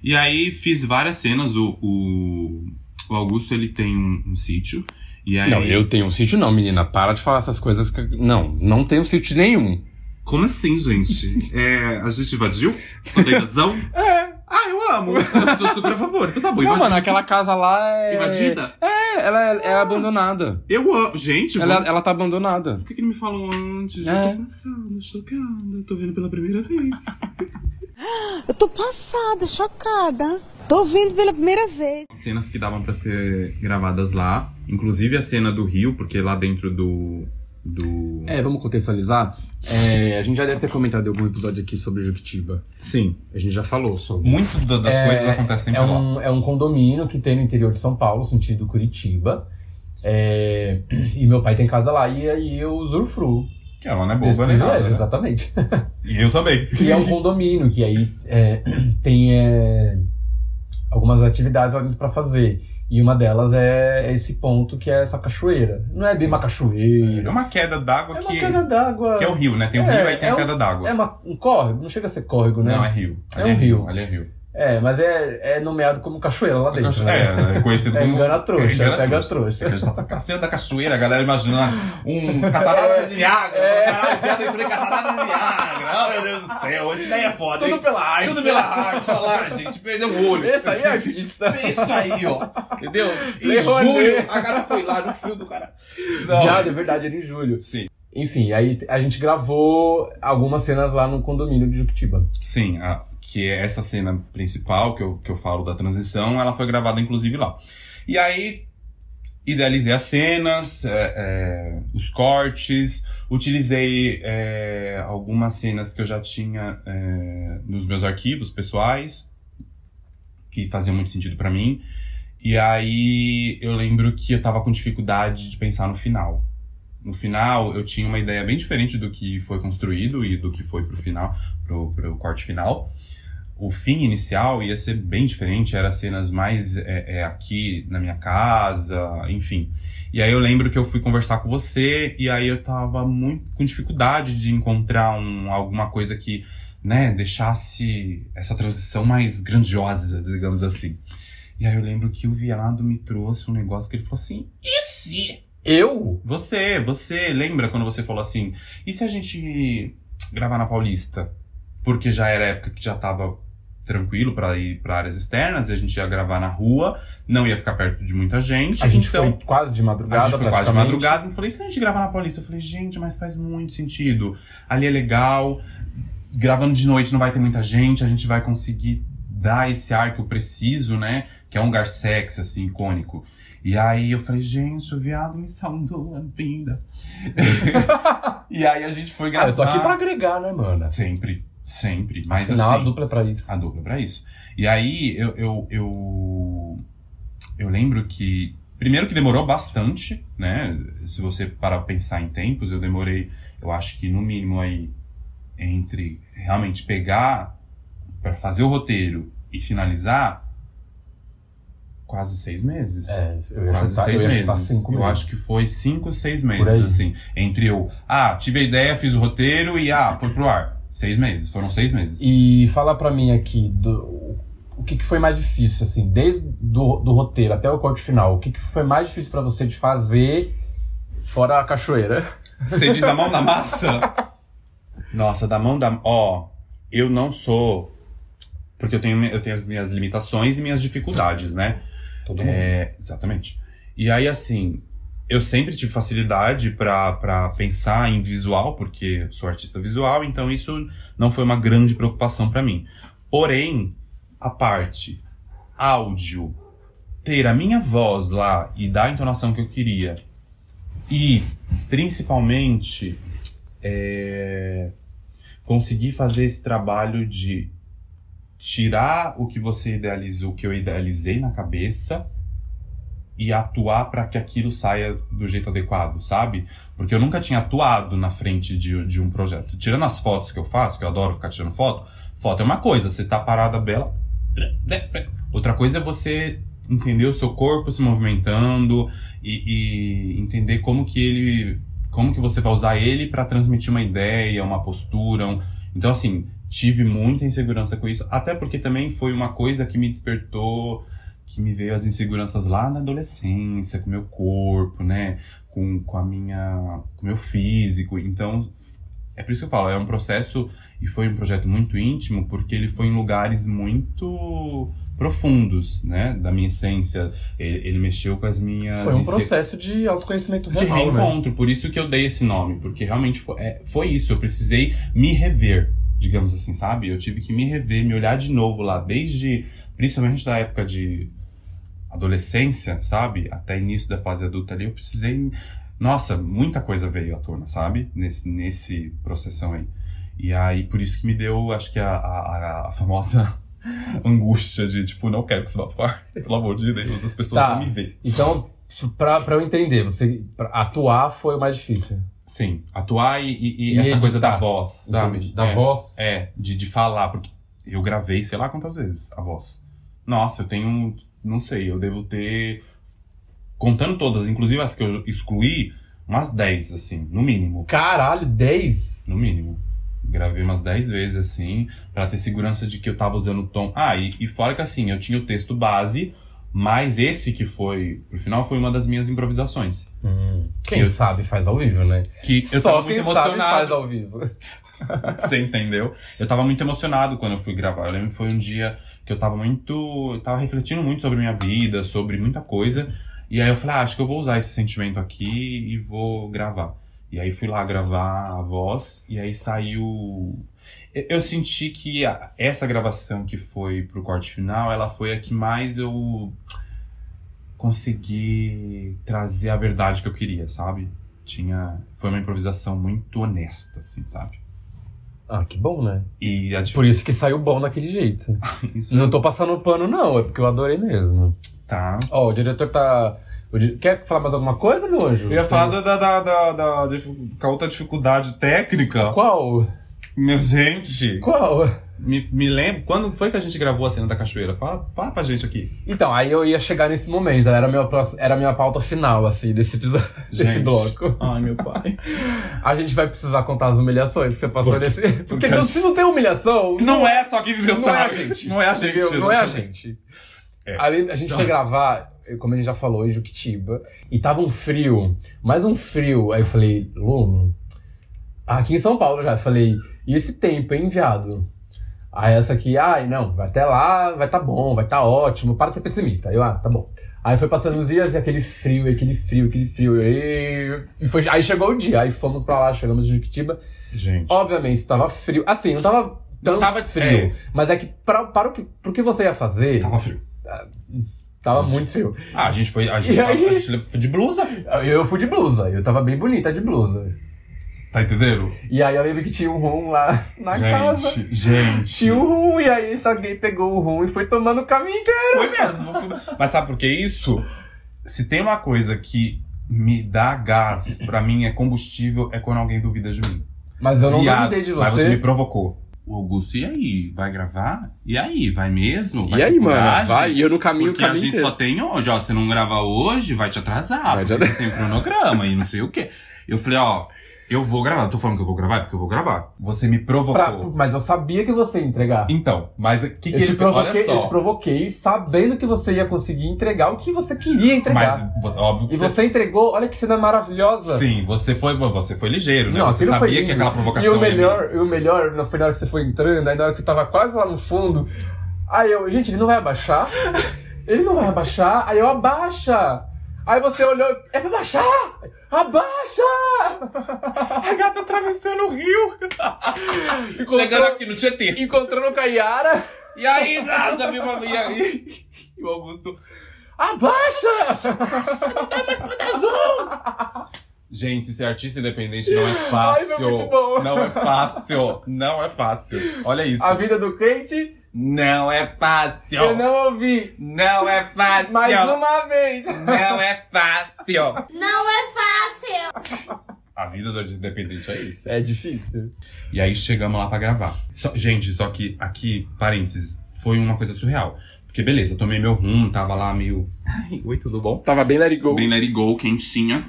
A: E aí fiz várias cenas, o, o, o Augusto, ele tem um, um sítio, e aí...
B: Não, eu tenho um sítio não, menina. Para de falar essas coisas que... Não, não tenho sítio nenhum.
A: Como assim, gente? É, a gente invadiu? Não tem razão?
B: É.
G: Ah, eu amo. Eu sou super a favor. Então tá bom.
B: Não,
G: invadi-
B: mano, aquela casa lá é.
G: Invadida?
B: É, ela é, é abandonada.
G: Eu amo. Gente,
B: Ela,
G: vamos-
B: ela tá abandonada.
G: Por que, que não me falam antes?
B: É.
G: Eu tô passando, chocada. Tô vendo pela primeira vez.
F: Eu tô passada, chocada. Tô vindo pela primeira vez.
G: cenas que davam pra ser gravadas lá, inclusive a cena do rio, porque lá dentro do do
B: É, vamos contextualizar. É, a gente já deve ter comentado em algum episódio aqui sobre Juquitiba.
G: Sim.
B: A gente já falou sobre.
A: Muito da- das
D: É,
A: coisas acontecem
D: É
A: por lá.
D: um, é um condomínio que tem no interior de São Paulo, sentido Curitiba. É, e meu pai tem casa lá e aí eu usufruo
A: Que ela não é
D: desse
A: boba nem
D: privilégio,
A: nada. né?
D: exatamente.
A: E eu também.
D: E é um condomínio que aí é, tem é, algumas atividades lá dentro pra fazer. E uma delas é esse ponto que é essa cachoeira. Não é bem uma
A: É
D: cachoeira.
A: uma queda d'água
D: É uma
A: que,
D: queda d'água.
A: que é o rio, né? Tem o
D: É,
A: rio, aí tem
D: é
A: a
D: um-
A: queda d'água.
D: É uma- um córrego, não chega a ser córrego, né?
A: Não, é rio.
D: É
A: Ali
D: um rio.
A: Ali é rio.
D: É, mas é, é nomeado como cachoeira lá dentro,
A: Cacho-
D: né?
A: É, é conhecido
D: É,
A: como...
D: engana a trouxa,
A: engana
D: pega a
A: trouxa.
D: trouxa.
A: A gente tá pra caceta da cachoeira, a galera imagina um catarata de Viagra.
D: É.
A: Caralho, piada entre catarata de Viagra. Ah, meu Deus do céu, isso daí é foda, hein?
D: pela arte.
A: Tudo pela arte, olha lá, gente, perdeu o olho.
D: Esse aí é artista.
A: Isso aí, ó. Entendeu? Em
D: Le Rouanet.
A: julho, a cara foi lá no fio do cara.
D: Viado, é verdade, era em julho.
A: Sim.
D: Enfim, aí a gente gravou algumas cenas lá no condomínio de Juquitiba.
A: Sim, a- que é essa cena principal que eu, que eu falo da transição, ela foi gravada inclusive lá. E aí, idealizei as cenas, é, é, os cortes, utilizei é, algumas cenas que eu já tinha é, nos meus arquivos pessoais, que faziam muito sentido pra mim. E aí, eu lembro que eu tava com dificuldade de pensar no final. No final, eu tinha uma ideia bem diferente do que foi construído e do que foi pro final pro, pro corte final. O fim inicial ia ser bem diferente, era cenas mais é, é, aqui na minha casa, enfim. E aí eu lembro que eu fui conversar com você e aí eu tava muito com dificuldade de encontrar um, alguma coisa que, né, deixasse essa transição mais grandiosa, digamos assim. E aí eu lembro que o viado me trouxe um negócio que ele falou assim: "E se
D: Eu?
A: você, você lembra quando você falou assim? E se a gente gravar na Paulista? Porque já era época que já tava tranquilo pra ir pra áreas externas, e a gente ia gravar na rua, não ia ficar perto de muita gente.
D: A gente
A: então,
D: foi quase de madrugada,
A: a gente foi quase de
D: praticamente.
A: madrugada e eu falei, e se a gente gravar na Paulista? Eu falei, gente, mas faz muito sentido. Ali é legal, gravando de noite não vai ter muita gente, a gente vai conseguir dar esse ar que eu preciso, né? Que é um lugar sexy, assim, icônico. E aí eu falei, gente, o viado me saudou a vida. e aí a gente foi gravar.
D: Ah, eu tô aqui pra agregar, né, mano?
A: Sempre, sempre. Mas
D: Afinal,
A: assim.
D: a dupla é pra isso.
A: A dupla pra isso. E aí eu, eu, eu, eu lembro que. Primeiro que demorou bastante, né? Se você parar pra pensar em tempos, eu demorei, eu acho que no mínimo aí, entre realmente pegar pra fazer o roteiro e finalizar, quase seis meses.
D: É, eu ia
A: Quase
D: chutar,
A: seis
D: eu ia
A: meses.
D: chutar cinco
A: eu
D: minutos.
A: acho que foi cinco, seis
D: Por
A: meses,
D: aí.
A: assim. Entre eu, ah, tive a ideia, fiz o roteiro e ah, foi pro ar. Seis meses, foram seis meses.
D: E fala pra mim aqui do, o que, que foi mais difícil, assim, desde do, do roteiro até o corte final. O que, que foi mais difícil pra você de fazer fora a cachoeira?
A: Você diz da mão da massa? Nossa, da mão da. Ó, eu não sou. Porque eu tenho, mi- eu tenho as minhas limitações e minhas dificuldades, né?
D: Todo
A: É, exatamente. E aí, assim, eu sempre tive facilidade pra pra pensar em visual, porque eu sou artista visual, então isso não foi uma grande preocupação pra mim. Porém, a parte áudio, ter a minha voz lá e dar a entonação que eu queria, e principalmente é, conseguir fazer esse trabalho de tirar o que você idealizou, o que eu idealizei na cabeça e atuar para que aquilo saia do jeito adequado, sabe? Porque eu nunca tinha atuado na frente de, de um projeto. Tirando as fotos que eu faço, que eu adoro ficar tirando foto, foto é uma coisa, você tá parada bela. Outra coisa é você entender o seu corpo se movimentando e, e entender como que ele. como que você vai usar ele para transmitir uma ideia, uma postura. um- Então, assim, tive muita insegurança com isso, até porque também foi uma coisa que me despertou, que me veio as inseguranças lá na adolescência, com o meu corpo, né? Com, com a minha. com o meu físico. Então, f- é por isso que eu falo, é um processo e foi um projeto muito íntimo, porque ele foi em lugares muito profundos, né, da minha essência. Ele, ele mexeu com as minhas
D: Foi um
A: inse-
D: processo de autoconhecimento
A: é de
D: real, né?
A: reencontro, por isso que eu dei esse nome, porque realmente foi, é, foi isso, eu precisei me rever, digamos assim, sabe? Eu tive que me rever, me olhar de novo lá, desde, principalmente da época de adolescência, sabe? Até início da fase adulta ali, eu precisei. Nossa, muita coisa veio à tona, sabe? Nesse, nesse processão aí. E aí, por isso que me deu, acho que a, a- a- a famosa angústia de, tipo, não quero que isso vá pro ar. Pelo amor de Deus, as pessoas
D: Tá.
A: vão me ver.
D: Então, pra, pra eu entender, você pra atuar foi o mais difícil.
A: Sim, atuar e, e- e
D: E
A: essa coisa
D: editar.
A: da voz, sabe?
D: Da
A: é,
D: voz.
A: É, de, de falar, porque eu gravei sei lá quantas vezes a voz. Nossa, eu tenho, não sei, eu devo ter, contando todas, inclusive as que eu excluí, umas 10, assim, no mínimo.
D: Caralho, 10?
A: No mínimo. Gravei umas 10 vezes, assim, pra ter segurança de que eu tava usando o tom. Ah, e, e fora que assim, eu tinha o texto base, mas esse que foi, pro final, foi uma das minhas improvisações.
D: quem
A: Eu-
D: sabe faz ao vivo, né?
A: Que eu
D: Só
A: tava muito
D: quem sabe faz
A: emocionado.
D: ao vivo.
A: Você entendeu? Eu tava muito emocionado quando eu fui gravar. Eu lembro que foi um dia que eu tava muito. Eu tava refletindo muito sobre minha vida, sobre muita coisa. E aí eu falei, ah, acho que eu vou usar esse sentimento aqui e vou gravar. E aí fui lá gravar a voz, e aí saiu. Eu eu senti que a- essa gravação que foi pro corte final, ela foi a que mais eu consegui trazer a verdade que eu queria, sabe? Tinha. Foi uma improvisação muito honesta, assim, sabe?
D: Ah, que bom, né?
A: E a dif-
D: Por isso que saiu bom daquele jeito.
A: Isso é.
D: Não tô passando pano, não, é porque eu adorei mesmo.
A: Tá.
D: Ó, o diretor tá. o di- Quer falar mais alguma coisa, meu anjo?
A: Eu ia
D: Você-
A: falar da, da, da, da, da, dificu- com a outra dificuldade técnica.
D: Qual?
A: Meu gente,
D: Qual?
A: me, me lembro. Quando foi que a gente gravou a cena da cachoeira? Fala, fala pra gente aqui.
D: Então, aí eu ia chegar nesse momento, era a minha, próxima, era a minha pauta final, assim, desse episódio, desse
A: Gente.
D: bloco.
A: Ai, meu pai.
D: A gente vai precisar contar as humilhações que você passou nesse. Porque,
A: porque
D: não,
A: a
D: se não tem humilhação,
A: Não é só quem viveu
D: Não
A: sabe?
D: é a gente.
A: Não é a gente.
D: Entendeu? Não é a
A: exatamente.
D: gente. Aí a gente foi gravar, como a gente já falou, em Juquitiba, e tava um frio, mais um frio. Aí eu falei, Luno, aqui em São Paulo já, eu falei, e esse tempo, hein, viado? Aí essa aqui, ai, não, vai até lá, vai tá bom, vai tá ótimo, para de ser pessimista. Aí eu, ah, tá bom. Aí foi passando os dias e aquele frio, e aquele frio, aquele frio, e, e foi, aí chegou o dia, aí fomos pra lá, chegamos em Juquitiba.
A: Gente.
D: Obviamente, tava frio. Assim, não tava tão
A: Não tava-
D: frio,
A: é.
D: mas é que pra, para o que, pro que você ia fazer,
A: Tava frio.
D: Tava muito frio.
A: Ah, a gente foi. A gente,
D: E
A: a-
D: aí?
A: a gente foi de blusa.
D: Eu fui de blusa, eu tava bem bonita de blusa.
A: Tá entendendo?
D: E aí eu lembro que tinha um rum lá na
A: gente,
D: casa.
A: gente.
D: Tinha um rum, e aí só alguém pegou o rum e foi tomando o caminho inteiro.
A: Foi mesmo. foi- Mas sabe por que isso? Se tem uma coisa que me dá gás, pra mim é combustível, é quando alguém duvida de mim.
D: Mas eu não
A: Viado,
D: duvidei de você.
A: Mas você me provocou. O Augusto, e aí? Vai gravar? E aí? Vai mesmo? Vai
B: E aí,
A: com
B: mano?
A: coragem?
B: Vai, e eu no caminho, o
A: Porque a
B: caminho
A: Ah, gente
B: inteiro.
A: só tem hoje, ó. Se não gravar hoje, vai te atrasar.
B: Vai te
A: porque você tem cronograma e não sei o quê. Eu falei, ó, eu vou gravar. Eu tô falando que eu vou gravar, é porque eu vou gravar. Você me provocou.
D: Pra- mas eu sabia que você ia entregar.
A: Então, mas o que, que
D: eu, te
A: ele fez? Olha
D: provoquei,
A: só.
D: eu te provoquei sabendo que você ia conseguir entregar o que você queria entregar.
A: Mas vo- óbvio que
D: e você entregou, olha que cena maravilhosa.
A: Sim, você foi, você foi ligeiro, né?
D: Não,
A: você
D: aquilo foi
A: sabia
D: lindo.
A: que aquela
D: E
A: provocação é
D: o melhor, e o melhor não foi na hora que você foi entrando, aí na hora que você tava quase lá no fundo. Aí eu, gente, ele não vai abaixar? Ele não vai abaixar? Aí eu, abaixa! Aí você olhou, é pra baixar! Abaixa!
A: A gata atravessando o rio.
D: Encontrou,
A: Chegando aqui no Tietê.
D: Encontrando o Caiara,
A: E aí, nada, meu amigo. E aí, e o Augusto.
D: abaixa!
A: Gente, ser artista independente não é
D: Ai,
A: fácil.
D: foi muito bom.
A: Não é fácil. Não é fácil. Olha isso.
D: A vida do crente,
A: Não é fácil.
D: eu não ouvi.
A: Não é fácil.
D: Mais uma vez!
A: Não é fácil. Não é fácil. A vida do artista independente é isso.
D: É difícil.
A: E aí chegamos lá pra gravar. Só- gente, só que aqui, parênteses, foi uma coisa surreal. Porque beleza, eu tomei meu rum, tava lá meio. Ai, oi, tudo bom?
B: Tava bem let it go.
A: Bem let it go, quentinha.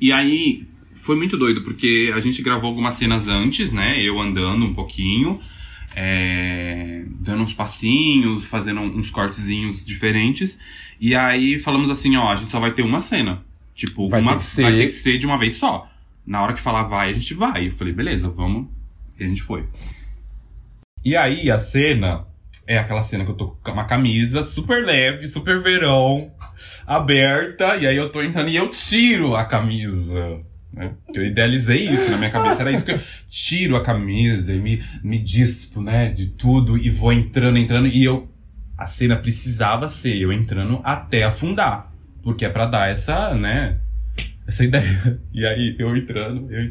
A: E aí, foi muito doido, porque a gente gravou algumas cenas antes, né? Eu andando um pouquinho, é, dando uns passinhos, fazendo um, uns cortezinhos diferentes. E aí falamos assim, ó, a gente só vai ter uma cena. Tipo,
B: Vai
A: uma,
B: ter que ser-
A: vai ter que ser de uma vez só. na hora que falar vai, a gente vai. Eu falei, beleza, vamos. E a gente foi. E aí a cena é aquela cena que eu tô com uma camisa super leve, super verão, aberta, e aí eu tô entrando e eu tiro a camisa. né? Eu idealizei isso na minha cabeça, era isso que eu tiro a camisa e me, me dispo, né, de tudo e vou entrando, entrando, e eu. A cena precisava ser eu entrando até afundar, porque é pra dar essa, né, essa ideia. E aí eu entrando, eu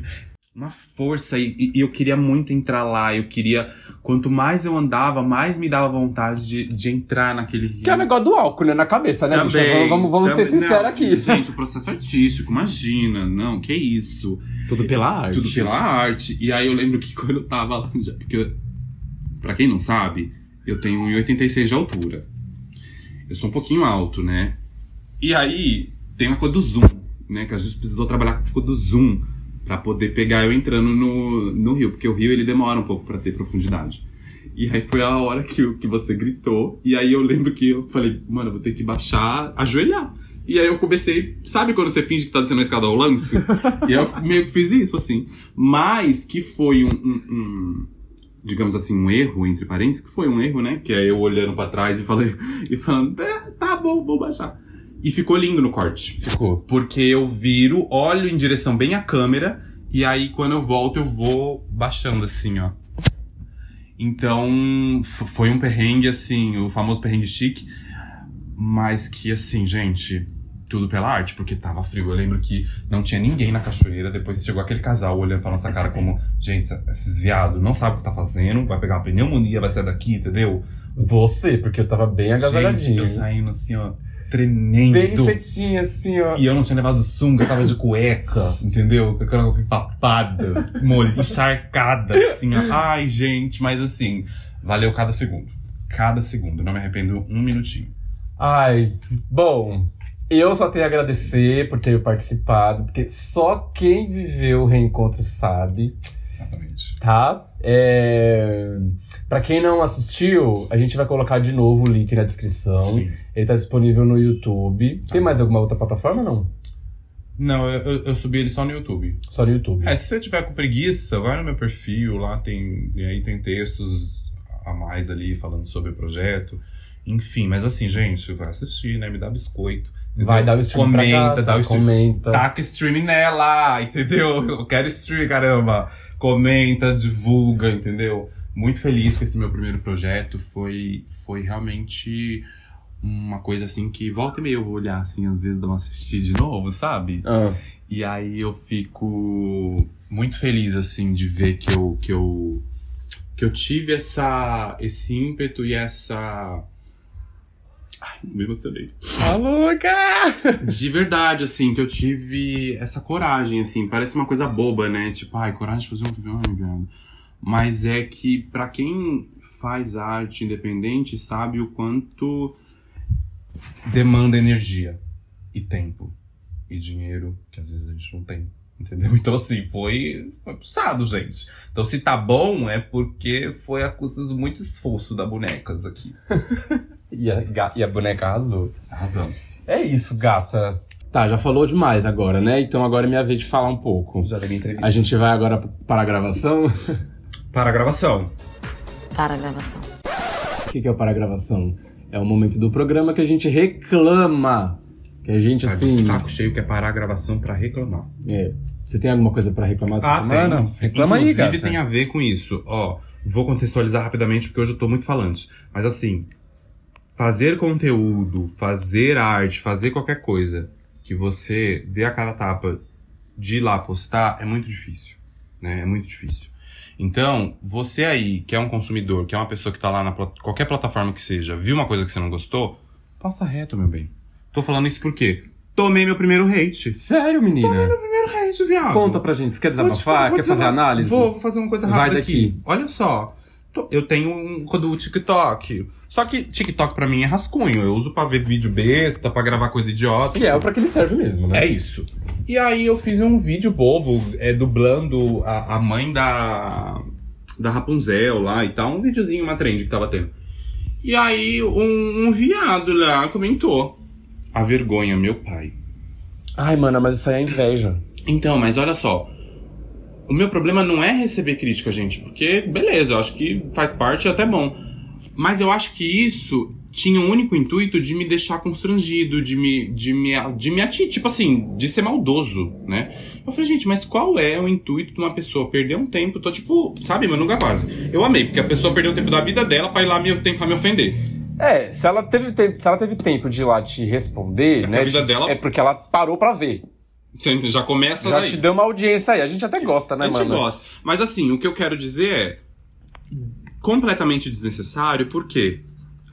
A: uma força e, e- e eu queria muito entrar lá. Eu queria. Quanto mais eu andava, mais me dava vontade de, de entrar naquele rio.
D: Que é o negócio do álcool, né? Na cabeça, né, bicha? Vamos, vamos, vamos ser
A: também-
D: sinceros
A: não,
D: aqui.
A: Gente, o processo é artístico, imagina. Não, que isso.
B: Tudo pela arte.
A: Tudo pela arte. E aí eu lembro que quando eu tava lá. já- Porque, eu- pra quem não sabe, eu tenho 1,86 de altura. Eu sou um pouquinho alto, né? E aí tem a coisa do zoom, né? Que a gente precisou trabalhar com a coisa do zoom pra poder pegar eu entrando no, no rio, porque o rio ele demora um pouco pra ter profundidade. E aí foi a hora que, o- que você gritou, e aí eu lembro que eu falei, mano, eu vou ter que baixar, ajoelhar. E aí eu comecei, sabe quando você finge que tá descendo a escada ao lance? e aí eu meio que fiz isso, assim. Mas que foi um, um- um, digamos assim, um erro, entre parênteses, que foi um erro, né? Que é eu olhando pra trás e falei, e falando, é, tá bom, vou baixar. E ficou lindo no corte.
B: Ficou.
A: Porque eu viro, olho em direção bem à câmera, e aí quando eu volto eu vou baixando assim, ó. Então, f- foi um perrengue, assim, o famoso perrengue chique. Mas que, assim, gente, tudo pela arte, porque tava frio. Eu lembro que não tinha ninguém na cachoeira. Depois chegou aquele casal olhando pra nossa cara como... Gente, esses viados não sabem o que tá fazendo. Vai pegar uma pneumonia, vai sair daqui, entendeu?
D: Você, porque eu tava bem
A: Gente,
D: É agasalhadinho.
A: eu saindo assim, ó, tremendo.
D: Bem feitinho, assim, ó.
A: E eu não tinha levado sunga, eu tava de cueca, entendeu? Com aquela cueca empapada, molho, encharcada, assim, ó. Ai, gente, mas assim, valeu cada segundo. Cada segundo, não me arrependo um minutinho.
D: Ai, bom, eu só tenho a agradecer por ter participado, porque só quem viveu o reencontro sabe,
A: Exatamente.
D: tá? É... Pra quem não assistiu, a gente vai colocar de novo o link na descrição.
A: Sim.
D: Ele tá disponível no YouTube. Tem mais alguma outra plataforma? Não,
A: Não, eu, eu- eu subi ele só no YouTube.
D: só no YouTube.
A: É, se você tiver com preguiça, vai no meu perfil, lá tem. E aí tem textos a mais ali falando sobre o projeto. Enfim, mas assim, gente, vai assistir, né? Me dá biscoito. entendeu?
D: Vai dar o stream pra
A: Comenta,
D: gata,
A: dá o stream Tá.
D: comenta.
A: Taca streaming nela, entendeu? Eu quero stream, caramba. Comenta, divulga, entendeu? Muito feliz com esse meu primeiro projeto. Foi, foi realmente uma coisa assim que volta e meia eu vou olhar assim, às vezes dou uma assistida de novo, sabe?
B: Ah,
A: E aí eu fico muito feliz assim de ver que eu que eu que eu tive essa esse ímpeto e essa Ai, me emocionei de verdade, assim, que eu tive essa coragem, assim. Parece uma coisa boba, né? Tipo, ai, coragem de fazer um filme, velho. Mas é que, pra quem faz arte independente, sabe o quanto demanda energia e tempo e dinheiro, que às vezes a gente não tem. Entendeu? Então, assim, foi, foi puxado, gente. Então, se tá bom, é porque foi a custa de muito esforço da bonecas aqui.
D: E, a, ga- e a boneca arrasou.
A: Arrasamos.
D: É isso, gata.
B: tá, já falou demais agora, né? Então agora é minha vez de falar um pouco.
A: Já dei minha entrevista.
B: A gente vai agora para a gravação.
A: Para a gravação.
F: Para a gravação.
B: O que, que é o para a gravação? É o momento do programa que a gente reclama. Que a gente,
A: Tá
B: assim.
A: de saco cheio que é parar a gravação pra reclamar.
B: é, você tem alguma coisa pra reclamar essa
A: Ah,
B: semana?
A: tem.
B: Reclama
A: Inclusive,
B: aí, gata.
A: tem a ver com isso. Ó, vou contextualizar rapidamente porque hoje eu tô muito falante. Mas assim, fazer conteúdo, fazer arte, fazer qualquer coisa que você dê a cara a tapa de ir lá postar é muito difícil, né? É muito difícil. Então, você aí, que é um consumidor, que é uma pessoa que tá lá na plat- qualquer plataforma que seja, viu uma coisa que você não gostou, passa reto, meu bem. Tô falando isso porque tomei meu primeiro hate.
B: Sério, menina?
A: Primeiro hate, É viado.
B: Conta pra gente. Você quer
A: Vou te
B: desabafar?
A: falar, vou
B: Quer fazer
A: desabafar.
B: análise?
A: Vou, vou fazer uma coisa
B: Vai
A: rápida
B: daqui.
A: aqui. Olha só. tô- Eu tenho um do TikTok. Só que TikTok pra mim é rascunho. Eu uso pra ver vídeo besta, pra gravar coisa idiota.
D: Que é pra que ele serve mesmo, né?
A: É isso. E aí eu fiz um vídeo bobo, é, dublando a, a mãe da, da Rapunzel lá e tal. Um videozinho, uma trend que tava tendo. E aí um, um viado lá comentou. A vergonha, meu pai.
D: Ai, mana, mas isso aí é inveja.
A: Então, mas olha só. O meu problema não é receber crítica, gente, porque beleza, eu acho que faz parte e é até bom. Mas eu acho que isso tinha o um único intuito de me deixar constrangido, de me de me de me ati- tipo assim, de ser maldoso, né? Eu falei, gente, mas qual é o intuito de uma pessoa perder um tempo? Tô tipo, sabe, Manu Gavazzi. Eu amei, porque a pessoa perdeu o tempo da vida dela pra ir lá me tentar me ofender.
D: É, se ela teve tempo, se ela teve tempo de ir lá te responder,
A: porque
D: né?
A: a vida
D: te-
A: dela-
D: É porque ela parou pra ver.
A: Você ent- já começa
D: Já
A: daí.
D: te deu uma audiência aí. A gente até gosta, né,
A: a gente
D: mano?
A: gosta. Mas assim, o que eu quero dizer é completamente desnecessário, porque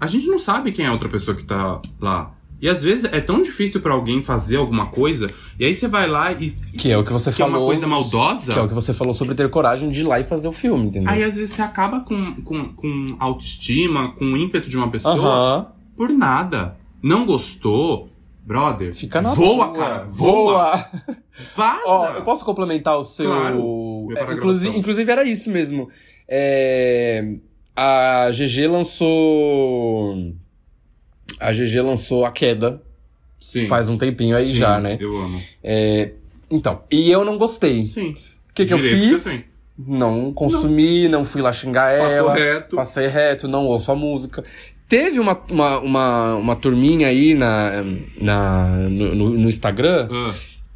A: a gente não sabe quem é a outra pessoa que tá lá. E às vezes é tão difícil pra alguém fazer alguma coisa, e aí você vai lá e.
D: Que é o que você
A: Que é
D: falou.
A: uma coisa maldosa?
D: Que é o que você falou sobre ter coragem de ir lá e fazer o filme, entendeu?
A: Aí às vezes você acaba com, com, com autoestima, com o ímpeto de uma pessoa
D: Aham.
A: por nada. Não gostou, brother.
D: Fica na
A: Voa,
D: boa.
A: cara. Voa. Vaza.
D: Ó, eu posso complementar o seu.
A: Claro, minha
D: É,
A: paragravação.
D: inclusive, inclusive era isso mesmo. É, a GG lançou. A GG lançou a queda
A: Sim.
D: faz um tempinho aí
A: Sim,
D: já, né?
A: Eu amo.
D: Então, e eu não gostei.
A: Sim.
D: O que, que eu
A: Direito que
D: fiz?
A: você tem.
D: Não consumi, não. fui lá xingar
A: Passou
D: ela.
A: reto.
D: Passei reto, não ouço a música. Teve uma, uma, uma, uma turminha aí na, na, no, no- no Instagram,
A: Ah,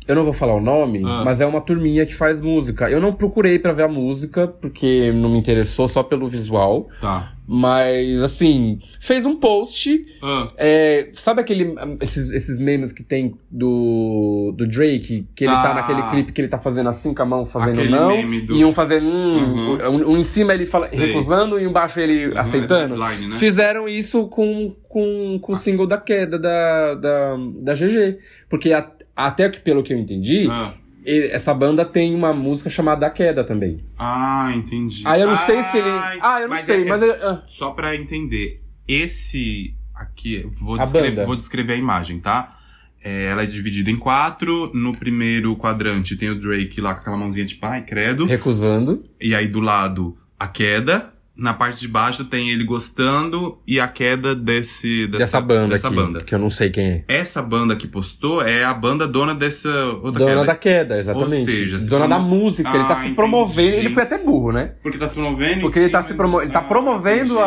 D: eu não vou falar o nome,
A: Ah.
D: mas é uma turminha que faz música. Eu não procurei pra ver a música, porque não me interessou, só pelo visual.
A: tá.
D: Mas, assim, fez um post
A: Ah,
D: é, sabe aquele, esses, esses memes que tem do, do Drake, que ele tá
A: Ah.
D: naquele clipe que ele tá fazendo assim com a mão, fazendo
A: Aquele
D: não,
A: meme do-
D: e um fazendo hum, um, um em cima ele fala,
A: Sei. Uhum.
D: recusando e embaixo ele aceitando?
A: Deadline, né?
D: Fizeram isso com, com, com o single da queda da, da, da GG. Porque a- até que, pelo que eu entendi,
A: Ah.
D: e- essa banda tem uma música chamada A Queda também.
A: Ah, entendi.
D: Aí eu não sei se ele.
A: Ai,
D: Ah, eu não
A: mas
D: sei,
A: é-
D: mas. ele- ah.
A: Só pra entender, esse aqui, vou,
D: A
A: descre-
D: banda.
A: vou descrever a imagem, tá? É, ela é dividida em quatro. No primeiro quadrante tem o Drake lá com aquela mãozinha de pai, credo.
D: Recusando.
A: E aí do lado, a queda. Na parte de baixo tem ele gostando e a queda desse, dessa,
D: Dessa banda
A: dessa
D: aqui.
A: banda.
D: Que eu não sei quem é.
A: Essa banda que postou é a banda dona dessa. ou da
D: Dona
A: queda,
D: da queda, exatamente.
A: Ou seja, se
D: Dona
A: promo-
D: da música, ele tá
A: Ah,
D: se
A: entendi.
D: promovendo. Ele foi até burro, né?
A: Porque tá se promovendo. em
D: Porque ele tá
A: cima
D: se promo... ele tá
A: Ah,
D: promovendo
A: entendi.
D: a,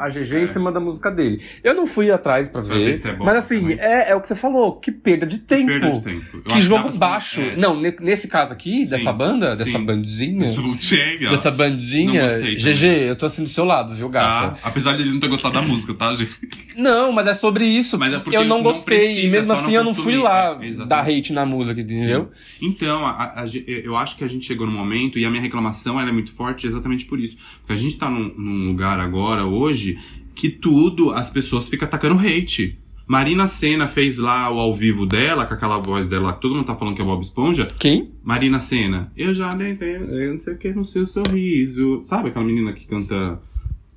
A: Ah,
D: a GG
A: é.
D: em cima da música dele. Eu não fui atrás pra
A: Pra
D: ver.
A: ver se é bom
D: mas assim,
A: também.
D: é, é o que você falou, que perda de tempo.
A: Perda de tempo. Eu acho
D: Que jogo
A: dava-
D: baixo.
A: é.
D: Não, ne- nesse caso aqui,
A: Sim,
D: dessa banda,
A: sim.
D: dessa bandinha.
A: Isso chega.
D: Dessa
A: Não
D: bandinha.
A: gostei
D: GG,
A: também.
D: eu tô assim do seu lado, viu, gata?
A: Tá? Apesar de ele não ter gostado da música, tá, gente?
D: Não, mas é sobre isso.
A: Mas é porque
D: eu não
A: não
D: gostei.
A: precisa,
D: e mesmo
A: só
D: assim
A: não
D: eu não fui
A: consumir.
D: lá
A: É, exatamente.
D: dar hate na música, entendeu?
A: Então, a- a ge- eu acho que a gente chegou num momento, e a minha reclamação ela é muito forte exatamente por isso. Porque a gente tá num, num lugar agora, hoje, que tudo, as pessoas ficam atacando hate. Marina Senna fez lá o ao vivo dela, com aquela voz dela que todo mundo tá falando que é Bob Esponja.
D: Quem?
A: Marina Senna, eu já nem tenho, eu não sei o que no seu sorriso. Sabe aquela menina que canta.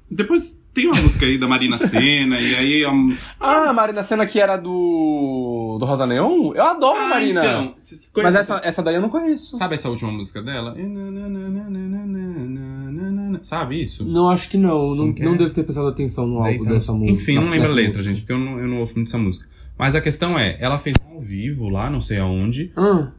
A: Depois tem uma música aí da Marina Senna, e aí. é um- a-
D: Ah, a Marina Senna que era do. do Rosa Neon? Eu adoro a
A: Ah,
D: Marina.
A: Então, vocês
D: Mas
A: conhecem
D: essa, essa daí eu não conheço.
A: Sabe essa última música dela? Sabe isso?
B: Não, acho que não. Não,
A: Como que é? não
B: devo ter prestado atenção no
A: Daí tá- Enfim, não lembro a letra, gente, porque eu não, eu não ouço muito essa música. Mas a questão é, ela fez ao vivo lá, não sei aonde,
D: Ah,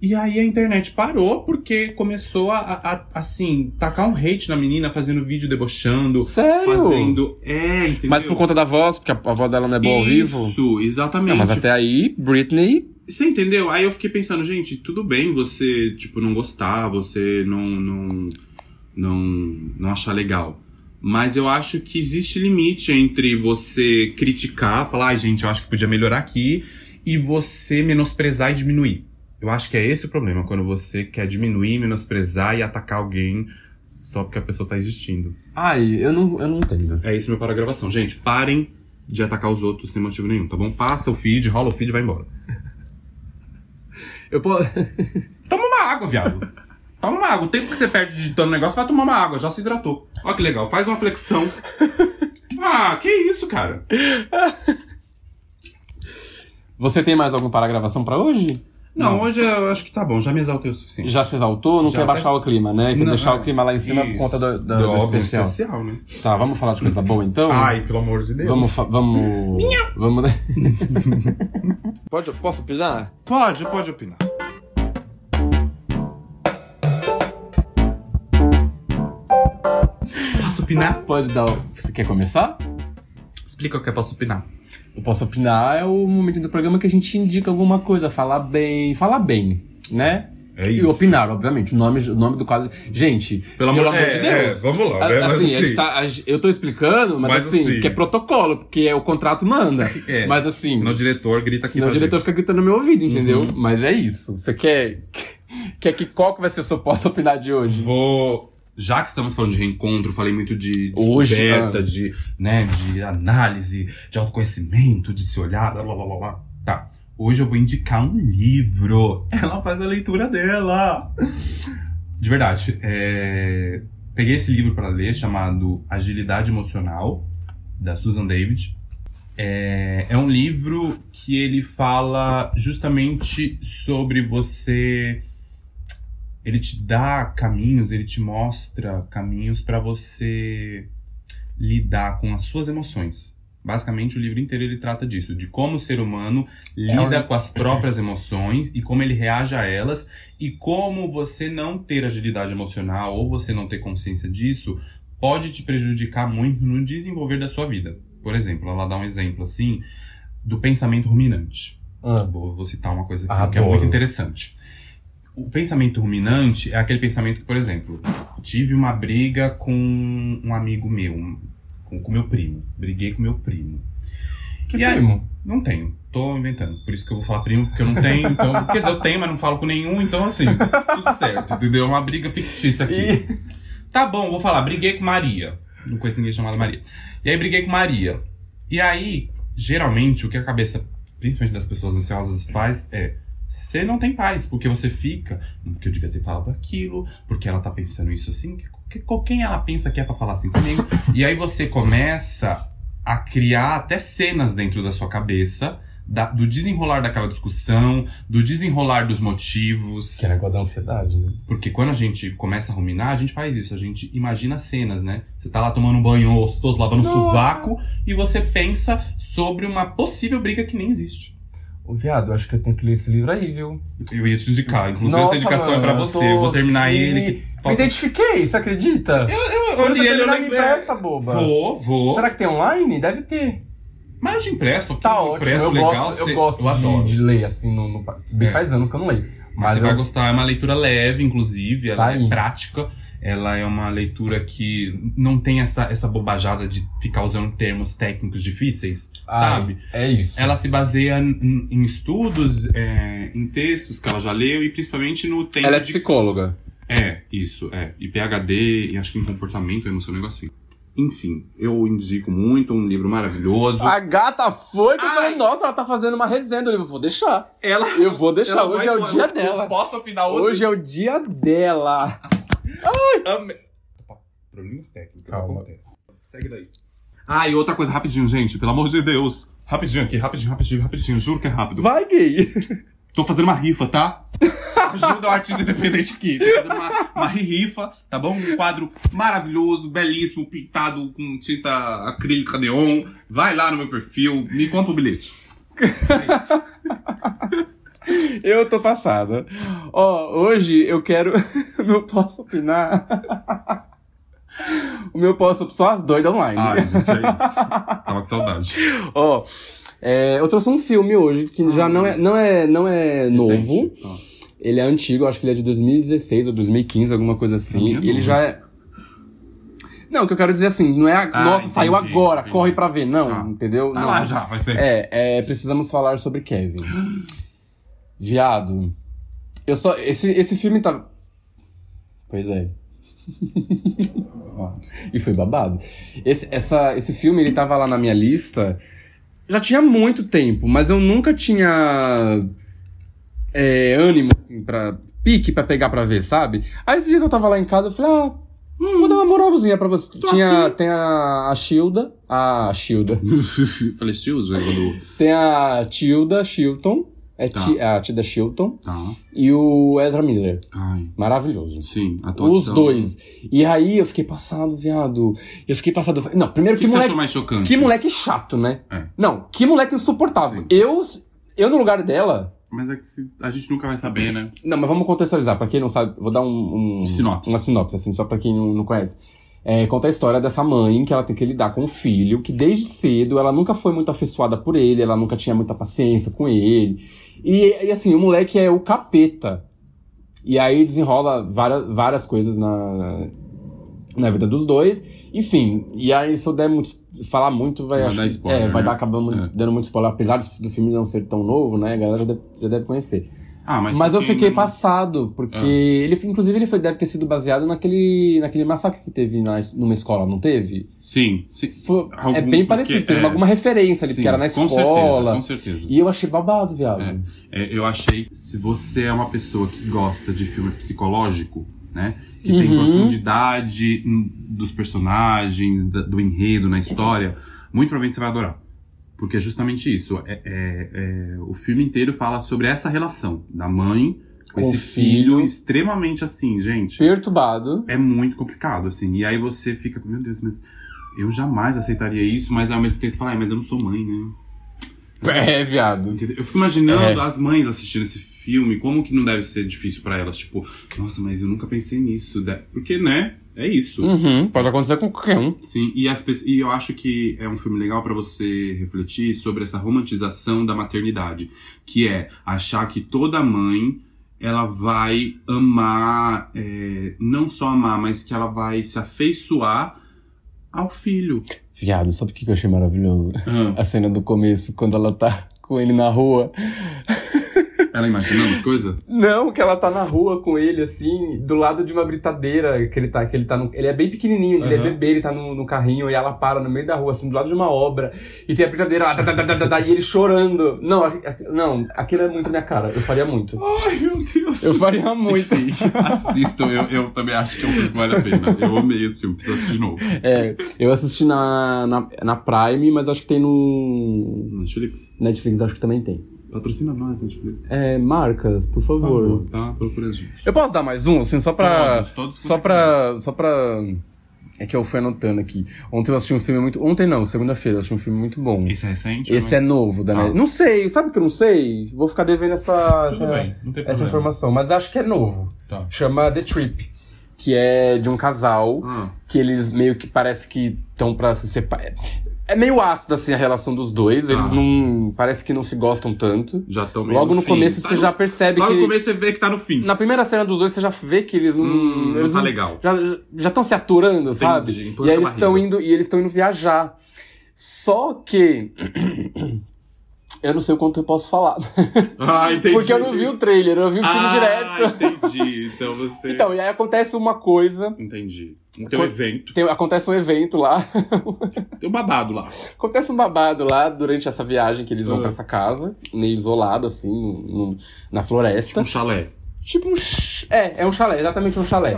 A: e aí a internet parou porque começou a, a- a, assim, tacar um hate na menina, fazendo vídeo debochando,
D: Sério?
A: fazendo. É, entendeu?
D: Mas por conta da voz, porque a, a voz dela não é boa ao vivo.
A: Isso, exatamente.
D: Não, mas até aí, Britney.
A: Você entendeu? Aí eu fiquei pensando, gente, tudo bem você, tipo, não gostar, você não não não, não achar legal. Mas eu acho que existe limite entre você criticar, falar, ai, gente, eu acho que podia melhorar aqui, e você menosprezar e diminuir. Eu acho que é esse o problema, quando você quer diminuir, menosprezar e atacar alguém só porque a pessoa tá existindo.
D: Ai, eu não, eu não entendo.
A: É isso meu para a gravação. Gente, parem de atacar os outros sem motivo nenhum, tá bom? Passa o feed, rola o feed e vai embora.
D: Eu posso.
A: Toma uma água, viado. Toma uma água. O tempo que você perde digitando o negócio, vai tomar uma água. Já se hidratou. Olha que legal. Faz uma flexão. Ah, que isso, cara.
D: Você tem mais algum para a gravação pra hoje?
A: Não,
D: Não.
A: hoje eu acho que tá bom. Já me exaltei o suficiente.
D: Já se exaltou? Não
A: Já
D: quer
A: até-
D: baixar o clima, né? Quer
A: Não,
D: deixar o
A: é.
D: clima lá em cima
A: Isso.
D: por conta do, da-
A: Do
D: do
A: álbum
D: especial.
A: especial, né?
D: Tá, vamos falar de coisa boa então?
A: Ai, pelo amor de Deus.
D: Vamos. fa- Vamos. Vamos. né? Pode, posso opinar?
A: Pode, pode opinar. opinar?
B: Pode dar. o- Você quer começar?
A: Explica o que eu posso opinar.
B: Eu posso opinar, é o momento do programa que a gente indica alguma coisa, falar bem, falar bem, né?
A: É
B: E opinar, obviamente, o nome, o nome do quadro. Gente,
A: Pelo amor, é, é, vamos lá. né?
B: A-
A: Mas,
B: assim, a gente tá- a gente- eu tô explicando, mas,
A: Mas
B: assim,
A: assim-
B: que é protocolo, porque é, o contrato manda.
A: É.
B: Mas assim,
A: Senão o diretor grita aqui
B: senão o
A: pra
B: diretor
A: gente.
B: fica gritando no meu ouvido, entendeu? Mas é isso. Você quer, quer que qual que vai ser a sua posso opinar de hoje?
A: Vou... Já que estamos falando de reencontro, falei muito de
B: Hoje,
A: descoberta,
B: ah.
A: de, né, de análise, de autoconhecimento, de se olhar, blá blá blá blá, blá. Tá. Hoje eu vou indicar um livro. Ela faz a leitura dela. De verdade. é, Peguei esse livro para ler, chamado Agilidade Emocional, da Susan David. É, é um livro que ele fala justamente sobre você ele te dá caminhos, ele te mostra caminhos para você lidar com as suas emoções. Basicamente, o livro inteiro ele trata disso, de como o ser humano lida com as próprias emoções e como ele reage a elas e como você não ter agilidade emocional ou você não ter consciência disso pode te prejudicar muito no desenvolver da sua vida. Por exemplo, ela dá um exemplo assim do pensamento ruminante.
D: Ah.
A: Vou, vou citar uma coisa aqui
D: Adoro.
A: que é muito interessante. O pensamento ruminante é aquele pensamento que, por exemplo, tive uma briga com um amigo meu, um- com, com meu primo. Briguei com meu primo.
D: Que
A: E aí-
D: primo?
A: Não tenho, tô inventando. Por isso que eu vou falar primo, porque eu não tenho. Então, quer dizer, eu tenho, mas não falo com nenhum, então assim, tudo certo, entendeu? É uma briga fictícia aqui. Tá bom, vou falar, briguei com Maria. Não conheço ninguém chamada Maria. E aí briguei com Maria. E aí, geralmente, o que a cabeça, principalmente das pessoas ansiosas, faz é. Você não tem paz, porque você fica. "Não, Porque eu devia ter falado aquilo, porque ela tá pensando isso assim. Que, que, quem ela pensa que é pra falar assim comigo? e aí você começa a criar até cenas dentro da sua cabeça, da- do desenrolar daquela discussão, do desenrolar dos motivos.
D: Que é negócio da ansiedade, né?
A: Porque quando a gente começa a ruminar, a gente faz isso, a gente imagina cenas, né? Você tá lá tomando um banho gostoso, lavando o sovaco, e você pensa sobre uma possível briga que nem existe.
D: Ô, viado, eu acho que eu tenho que ler esse livro aí, viu?
A: Eu ia te indicar, inclusive
D: Nossa,
A: essa indicação é
D: mano,
A: pra
D: eu
A: você.
D: tô-
A: Eu vou terminar
D: me-
A: ele. Que...
D: Me
A: falta-
D: identifiquei, você acredita? Eu,
A: Eu
D: Quando você
A: li ele, eu
D: terminar, me
A: lembro- é,
D: empresta, boba.
A: Vou, vou.
D: Será que tem online? Deve ter.
A: Mas eu te empresto, porque
D: Tá
A: eu
D: ótimo,
A: empresto
D: eu
A: um legal.
D: gosto,
A: você-
D: eu gosto
A: adoro.
D: de, de ler, assim, no, no, tudo bem
A: É.
D: faz anos que eu não leio.
A: Mas
D: Mas
A: você
D: eu-
A: vai gostar, é uma leitura leve, inclusive, ela
D: Tá
A: é
D: aí.
A: prática, ela é uma leitura que não tem essa, essa bobajada de ficar usando termos técnicos difíceis,
D: Ai,
A: sabe?
D: É isso.
A: Ela se baseia em, em estudos, é, em textos que ela já leu e principalmente no tempo
B: Ela é
A: de...
B: psicóloga.
A: É, isso, é. E PHD, e acho que em comportamento, emoção, um negocinho. Enfim, eu indico muito, um livro maravilhoso.
B: A gata Ah, foi que eu falei, nossa, ela tá fazendo uma resenha do livro. Eu vou deixar.
A: Ela...
B: Eu vou deixar.
A: ela
B: hoje
A: vai-
B: é o dia
A: eu
B: dela.
A: Posso opinar hoje?
B: Hoje é o dia dela.
A: Ame... Opa, problemas técnicos
D: Calma.
A: acontece. Segue daí. Ah, e outra coisa, rapidinho, gente, pelo amor de Deus. Rapidinho aqui, rapidinho, rapidinho, rapidinho, juro que é rápido.
B: Vai, gay.
A: Tô fazendo uma rifa, tá? Ajuda o artista independente aqui. Tô fazendo uma, uma rifa, tá bom? Um quadro maravilhoso, belíssimo, pintado com tinta acrílica neon. Vai lá no meu perfil, me compra o bilhete. É isso.
B: Eu tô passada. Ó, hoje eu quero. Meu posso opinar. O meu posso só as doidas online.
A: Ai, gente, é isso. Tava com saudade.
B: Ó, é, eu trouxe um filme hoje que já não é, não é, não é novo.
A: Recente. Ó.
B: Ele é antigo, acho que ele é de 2016 ou 2015, alguma coisa
A: Pra mim
B: assim.
A: é
B: e ele
A: novo.
B: já é. Não, o que eu quero dizer assim, não é. a-
A: Ah,
B: Nossa,
A: entendi,
B: saiu agora,
A: entendi.
B: corre pra ver. Não,
A: Ah.
B: entendeu?
A: Tá
B: não.
A: lá já, faz tempo.
B: É, é, precisamos falar sobre Kevin. Viado. Eu só. Esse, esse filme tá. Pois é. e foi babado. Esse, essa, esse filme, ele tava lá na minha lista. Já tinha muito tempo, mas eu nunca tinha. é, ânimo, assim, pra. Pique pra pegar pra ver, sabe? Aí esses dias eu tava lá em casa, eu falei, ah. vou dar uma moralzinha pra você. Tinha, tem a, a Shilda. A Shilda.
A: Falei, tios, velho, do...
B: Tem a Tilda Shilton, é
A: Tá.
B: Ti- a Tilda Shilton
A: Tá.
B: e o Ezra Miller.
A: Ai,
B: Maravilhoso.
A: sim, atuação.
B: Os dois. E aí eu fiquei passado, viado. Eu fiquei passado. Eu falei, Não,
A: O
B: primeiro
A: que,
B: que,
A: que você
B: moleque.
A: achou mais chocante?
B: Que moleque chato, né?
A: É.
B: Não, que moleque insuportável.
A: Sim.
B: Eu, eu no lugar dela.
A: Mas é que se- a gente nunca vai saber, né?
B: Não, mas vamos contextualizar. Pra quem não sabe, vou dar um. um
A: Sinopse.
B: Uma sinopse, assim, só pra quem não, não conhece.
D: É, conta a história dessa mãe que ela tem que lidar com o filho, que desde cedo ela nunca foi muito afeiçoada por ele, ela nunca tinha muita paciência com ele. E, e, assim, o moleque é o capeta. E aí desenrola várias, várias coisas na, na vida dos dois. Enfim, e aí se eu der muito, falar muito, vai,
A: Vai
D: acho
A: dar
D: que-
A: spoiler,
D: é, vai
A: né?
D: dar acabando
A: É.
D: dando muito spoiler. Apesar do filme não ser tão novo, né? A galera já deve, já deve conhecer.
A: Ah, mas.
D: Mas, eu
A: pra quem
D: fiquei
A: não-
D: passado, porque
A: Ah.
D: ele, inclusive, ele foi, deve ter sido baseado naquele, naquele massacre que teve na, numa escola, não teve?
A: Sim, sim.
D: Foi-
A: Algum-
D: é bem parecido,
A: porque-
D: teve
A: é.
D: alguma referência ali,
A: sim,
D: porque era na
A: com
D: escola.
A: Certeza, com certeza.
D: E eu achei babado, viado.
A: É. É, eu achei que se você é uma pessoa que gosta de filme psicológico, né? Que tem
D: Uhum.
A: profundidade hum, dos personagens, da- do enredo na história, muito provavelmente você vai adorar. Porque é justamente isso. É, é- é- o filme inteiro fala sobre essa relação da mãe com,
D: Com
A: esse
D: o filho.
A: filho extremamente assim, gente
D: Perturbado.
A: é muito complicado, assim. E aí você fica, meu Deus, mas eu jamais aceitaria isso, mas ao mesmo tempo você fala, "Ah, mas eu não sou mãe, né?
D: É, viado.
A: Entendeu? Eu fico imaginando
D: É.
A: as mães assistindo esse filme, como que não deve ser difícil pra elas, tipo, nossa, mas eu nunca pensei nisso. da- Porque, né? É isso.
D: Uhum, pode acontecer com qualquer um.
A: Sim, e, as pessoas- e eu acho que é um filme legal pra você refletir sobre essa romantização da maternidade, que é achar que toda mãe ela vai amar, é, não só amar, mas que ela vai se afeiçoar ao filho.
D: Viado, sabe o que que eu achei maravilhoso? A cena do começo, quando ela tá com ele na rua.
A: Ela imaginando as coisas?
D: Não, que ela tá na rua com ele, assim, do lado de uma britadeira, que ele tá, que ele tá no, Ele é bem pequenininho, ele é
A: Aham.
D: bebê, ele tá no, no carrinho, e ela para no meio da rua, assim, do lado de uma obra, e tem a britadeira lá, tá, tá, tá, tá, tá, tá, e ele chorando. Não, a- a- não, aquilo é muito minha cara, eu faria muito.
A: Ai, meu Deus!
D: Eu faria muito.
A: Enfim, assistam, eu, eu também acho que é um filme que vale a pena. Eu amei esse filme, preciso assistir de novo.
D: É, eu assisti na, na, na Prime, mas acho que tem no
A: Netflix,
D: Netflix, acho que também tem.
A: patrocina nós, Netflix.
D: É, marcas, por
A: Por
D: favor.
A: favor, tá? Procura a gente.
D: Eu posso dar mais um, assim, só pra.
A: Todos, todos que
D: Só
A: você
D: pra. Só pra. É que eu fui anotando aqui. Ontem eu assisti um filme muito. Ontem não, segunda-feira eu assisti um filme muito bom.
A: Esse é recente?
D: Esse é novo, da
A: Ah.
D: Net- Não sei, sabe que eu não sei? Vou ficar devendo essa.
A: Tudo
D: essa-
A: bem, não tem
D: é- essa
A: problema.
D: informação, mas acho que é novo.
A: Tá.
D: Chama The Trip, que é de um casal
A: Ah,
D: que eles meio que parece que estão pra se separar. É meio ácido assim a relação dos dois, eles
A: Ah.
D: não parece que não se gostam tanto.
A: já estão
D: Logo no começo você já percebe
A: Logo
D: que
A: no começo você vê que tá no fim.
D: na primeira cena dos dois você já vê que eles não,
A: Hum, não
D: eles
A: tá
D: não-
A: legal.
D: já já estão se aturando, sabe?
A: Entendi,
D: E
A: empurra
D: aí
A: com a
D: eles estão
A: barriga.
D: indo e eles estão indo viajar. Só que eu não sei o quanto eu posso falar,
A: Ah, entendi.
D: porque eu não vi o trailer, eu vi o filme
A: ah,
D: direto.
A: entendi. Então você...
D: Então, e aí acontece uma coisa,
A: Entendi. Tem um
D: Co-
A: evento,
D: tem- acontece um evento lá,
A: tem um babado lá.
D: acontece um babado lá durante essa viagem que eles vão
A: Ah.
D: pra essa casa, meio isolado assim, no- na floresta.
A: Um chalé.
D: Tipo um, ch- é, é um chalé, exatamente um chalé.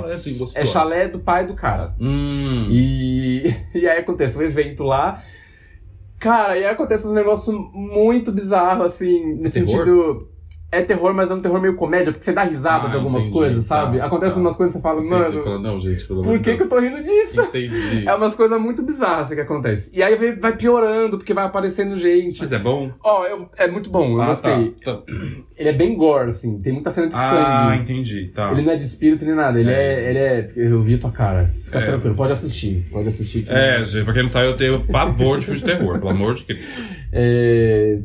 D: É chalé do pai do
B: assim,
D: cara.
B: Hum.
D: E, e aí acontece um evento lá. Cara, e aí acontece uns negócios muito bizarros, assim, no
B: terror?
D: sentido. É terror, mas é um terror meio comédia, porque você dá risada
B: Ah,
D: de algumas
B: entendi,
D: coisas,
B: tá,
D: sabe? Acontecem
B: tá.
D: umas coisas que você fala,
B: Entendi.
D: mano,
B: Fala, não, gente, pelo amor
D: por
B: de
D: que, que
B: Deus.
D: eu tô rindo disso?
B: Entendi.
D: É umas coisas muito bizarras que acontece. E aí vai- vai piorando, porque vai aparecendo gente.
B: Mas é bom?
D: Ó, eu- é muito bom, eu
B: Ah,
D: gostei.
B: tá. Tá.
D: Ele é bem gore, assim, tem muita cena de
B: Ah,
D: sangue.
B: entendi. Tá.
D: Ele não é de espírito nem nada, ele é. ele é eu vi a tua cara. Fica
B: É.
D: tranquilo, pode assistir. Pode assistir. que-
B: É, gente, pra quem não sabe, eu tenho pavor de filme de terror, pelo amor de Deus.
D: É,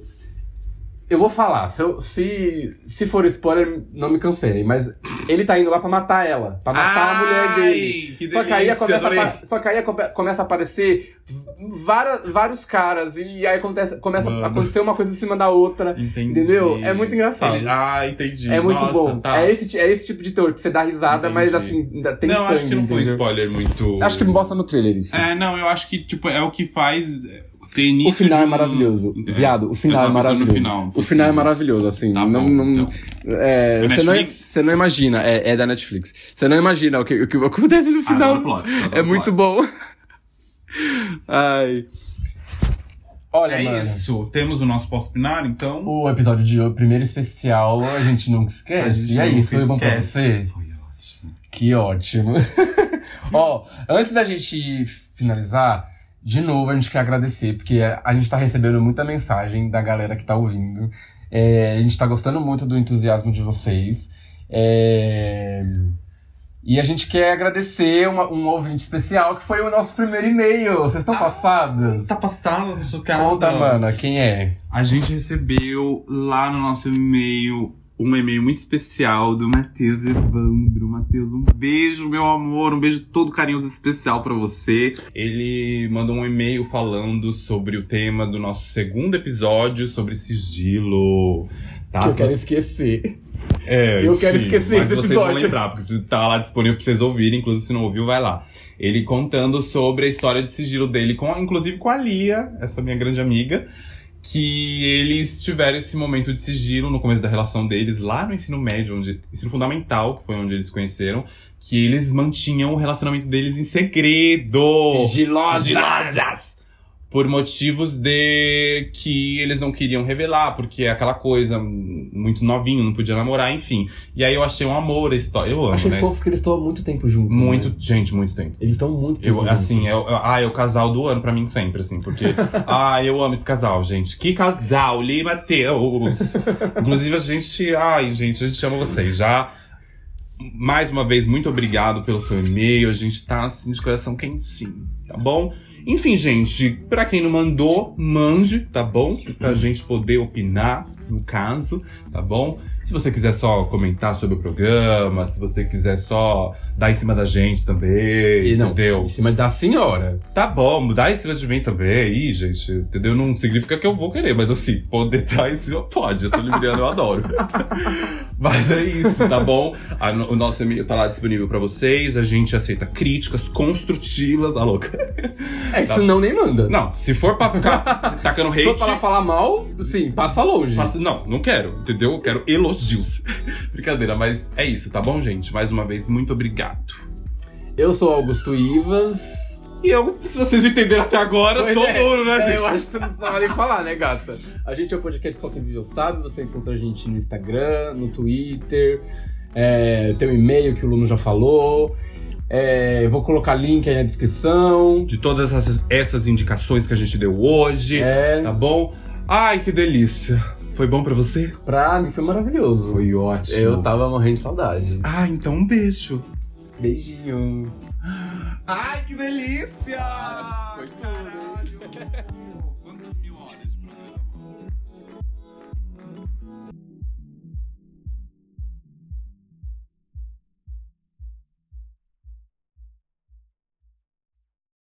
D: Eu vou falar, se, eu- se, se for spoiler, não me cancelem, mas ele tá indo lá pra matar ela, pra matar a mulher dele.
B: Que
D: Só que, aí
B: delícia,
D: começa a,
B: adorei.
D: apa- só que aí come- começa a aparecer várias, vários caras, e aí acontece, começa
B: Mano.
D: a acontecer uma coisa em cima da outra.
B: Entendi.
D: Entendeu? É muito engraçado.
B: Ele- Ah, entendi.
D: É muito
B: Nossa,
D: bom.
B: Tá.
D: É, esse, ti- é esse tipo de terror que você dá risada, mas
B: Entendi.
D: assim, ainda tem
B: não,
D: sangue.
B: acho que não foi
D: entendeu?
B: spoiler muito.
D: Acho que mostra no trailer isso.
A: É, não, eu acho que, tipo, é o que faz é, ter início
D: o final
A: de
D: é
A: um-
D: maravilhoso.
A: Entendi.
D: Viado, o
A: Eu
D: final é
A: tava pensando
D: maravilhoso.
A: No final.
D: O final é maravilhoso, assim.
A: Tá
D: não,
A: bom,
D: não-
A: então.
D: é,
A: É
D: você, não,
A: Netflix?
D: você não imagina, é, é da Netflix. Você não imagina o que, o que acontece
A: Ah,
D: no final.
A: Adoro plot, adoro
D: é muito
A: plot.
D: bom. Ai. Olha,
A: É isso. Temos o nosso pós-pinar, então.
H: O episódio de hoje, primeiro especial, a gente nunca
A: A
H: esquece.
A: gente
H: E aí,
A: nunca
H: foi bom pra
A: esquece.
H: você?
A: Foi ótimo.
H: Que ótimo. Ó, antes da gente finalizar, de novo a gente quer agradecer, porque a gente tá recebendo muita mensagem da galera que tá ouvindo. É, a gente tá gostando muito do entusiasmo de vocês. É,
D: E a gente quer agradecer uma- um ouvinte especial que foi o nosso primeiro e-mail. Vocês
A: Ah.
D: estão passados?
G: Tá passando, chocada.
D: Conta, mana, quem é?
G: A gente recebeu lá no nosso e-mail um e-mail muito especial do Matheus Evandro. Matheus, um beijo, meu amor, um beijo todo carinhoso e especial pra você.
A: Ele mandou um e-mail falando sobre o tema do nosso segundo episódio sobre sigilo. Tá? Se você-
D: esquecer.
A: É,
D: eu quero esquecer
A: mas
D: esse
A: vocês
D: episódio.
A: vão lembrar, porque isso tá lá disponível pra vocês ouvirem. Inclusive, se não ouviu, vai lá. Ele contando sobre a história de sigilo dele, com, inclusive com a Lia, essa minha grande amiga. Que eles tiveram esse momento de sigilo no começo da relação deles, lá no ensino médio, onde, ensino fundamental, que foi onde eles se conheceram, que eles mantinham o relacionamento deles em segredo
D: Sigilosa.
A: sigilosas. Por motivos de que eles não queriam revelar, porque é aquela coisa hum, muito novinho, não podia namorar, enfim. E aí eu achei um amor a história. Eu amo,
D: Achei
A: né?
D: fofo porque eles estão há muito tempo juntos.
A: Muito,
D: né?
A: gente, muito tempo.
D: Eles estão muito tempo
A: Eu,
D: juntos.
A: assim, é, o- ah, é o casal do ano pra mim sempre, assim, porque. ah, eu amo esse casal, gente. Que casal, Lima Teus! Inclusive, a gente. Ai, gente, a gente ama vocês já. Mais uma vez, muito obrigado pelo seu e-mail. A gente tá, assim, de coração quentinho, tá bom? Enfim, gente, pra quem não mandou, mande, tá bom? Pra gente poder opinar, no caso, tá bom? Se você quiser só comentar sobre o programa, se você quiser só dar em cima da gente também,
D: E não,
A: entendeu?
D: Em cima da senhora.
A: Tá bom, dá em cima de mim também aí, gente. Entendeu? Não significa que eu vou querer, mas assim, poder dar em cima pode. Eu sou libriano, eu adoro. mas é isso, tá bom? A no- o nosso e-mail tá lá disponível pra vocês. A gente aceita críticas construtivas. A louca.
D: É que senão nem manda.
A: Não, se for pra ficar tacando
D: Se for
A: hate.
D: pra falar mal, sim, passa longe.
A: Mas, não, não quero, entendeu? Eu quero elogios. Brincadeira, mas é isso, tá bom, gente? Mais uma vez, muito obrigado.
D: Eu sou Augusto Ivas.
A: E eu, se vocês entenderam até agora,
D: Pois
A: sou
D: é.
A: duro, né,
D: É,
A: gente?
D: eu acho que você não precisava nem falar, né, gata? A gente é o podcast Só Quem Viveu Sabe. Você encontra a gente no Instagram, no Twitter. é, tem um e-mail que o Luno já falou. É, eu vou colocar link aí na descrição.
A: de todas essas, essas indicações que a gente deu hoje,
D: É,
A: tá bom? Ai, que delícia! Foi bom pra você? tá-
D: pra mim foi maravilhoso. Foi ótimo. Eu tava morrendo de saudade.
A: Ah, então um beijo.
D: Beijinho.
A: Ai, que delícia!
D: foi tudo, hein?
A: Caralho.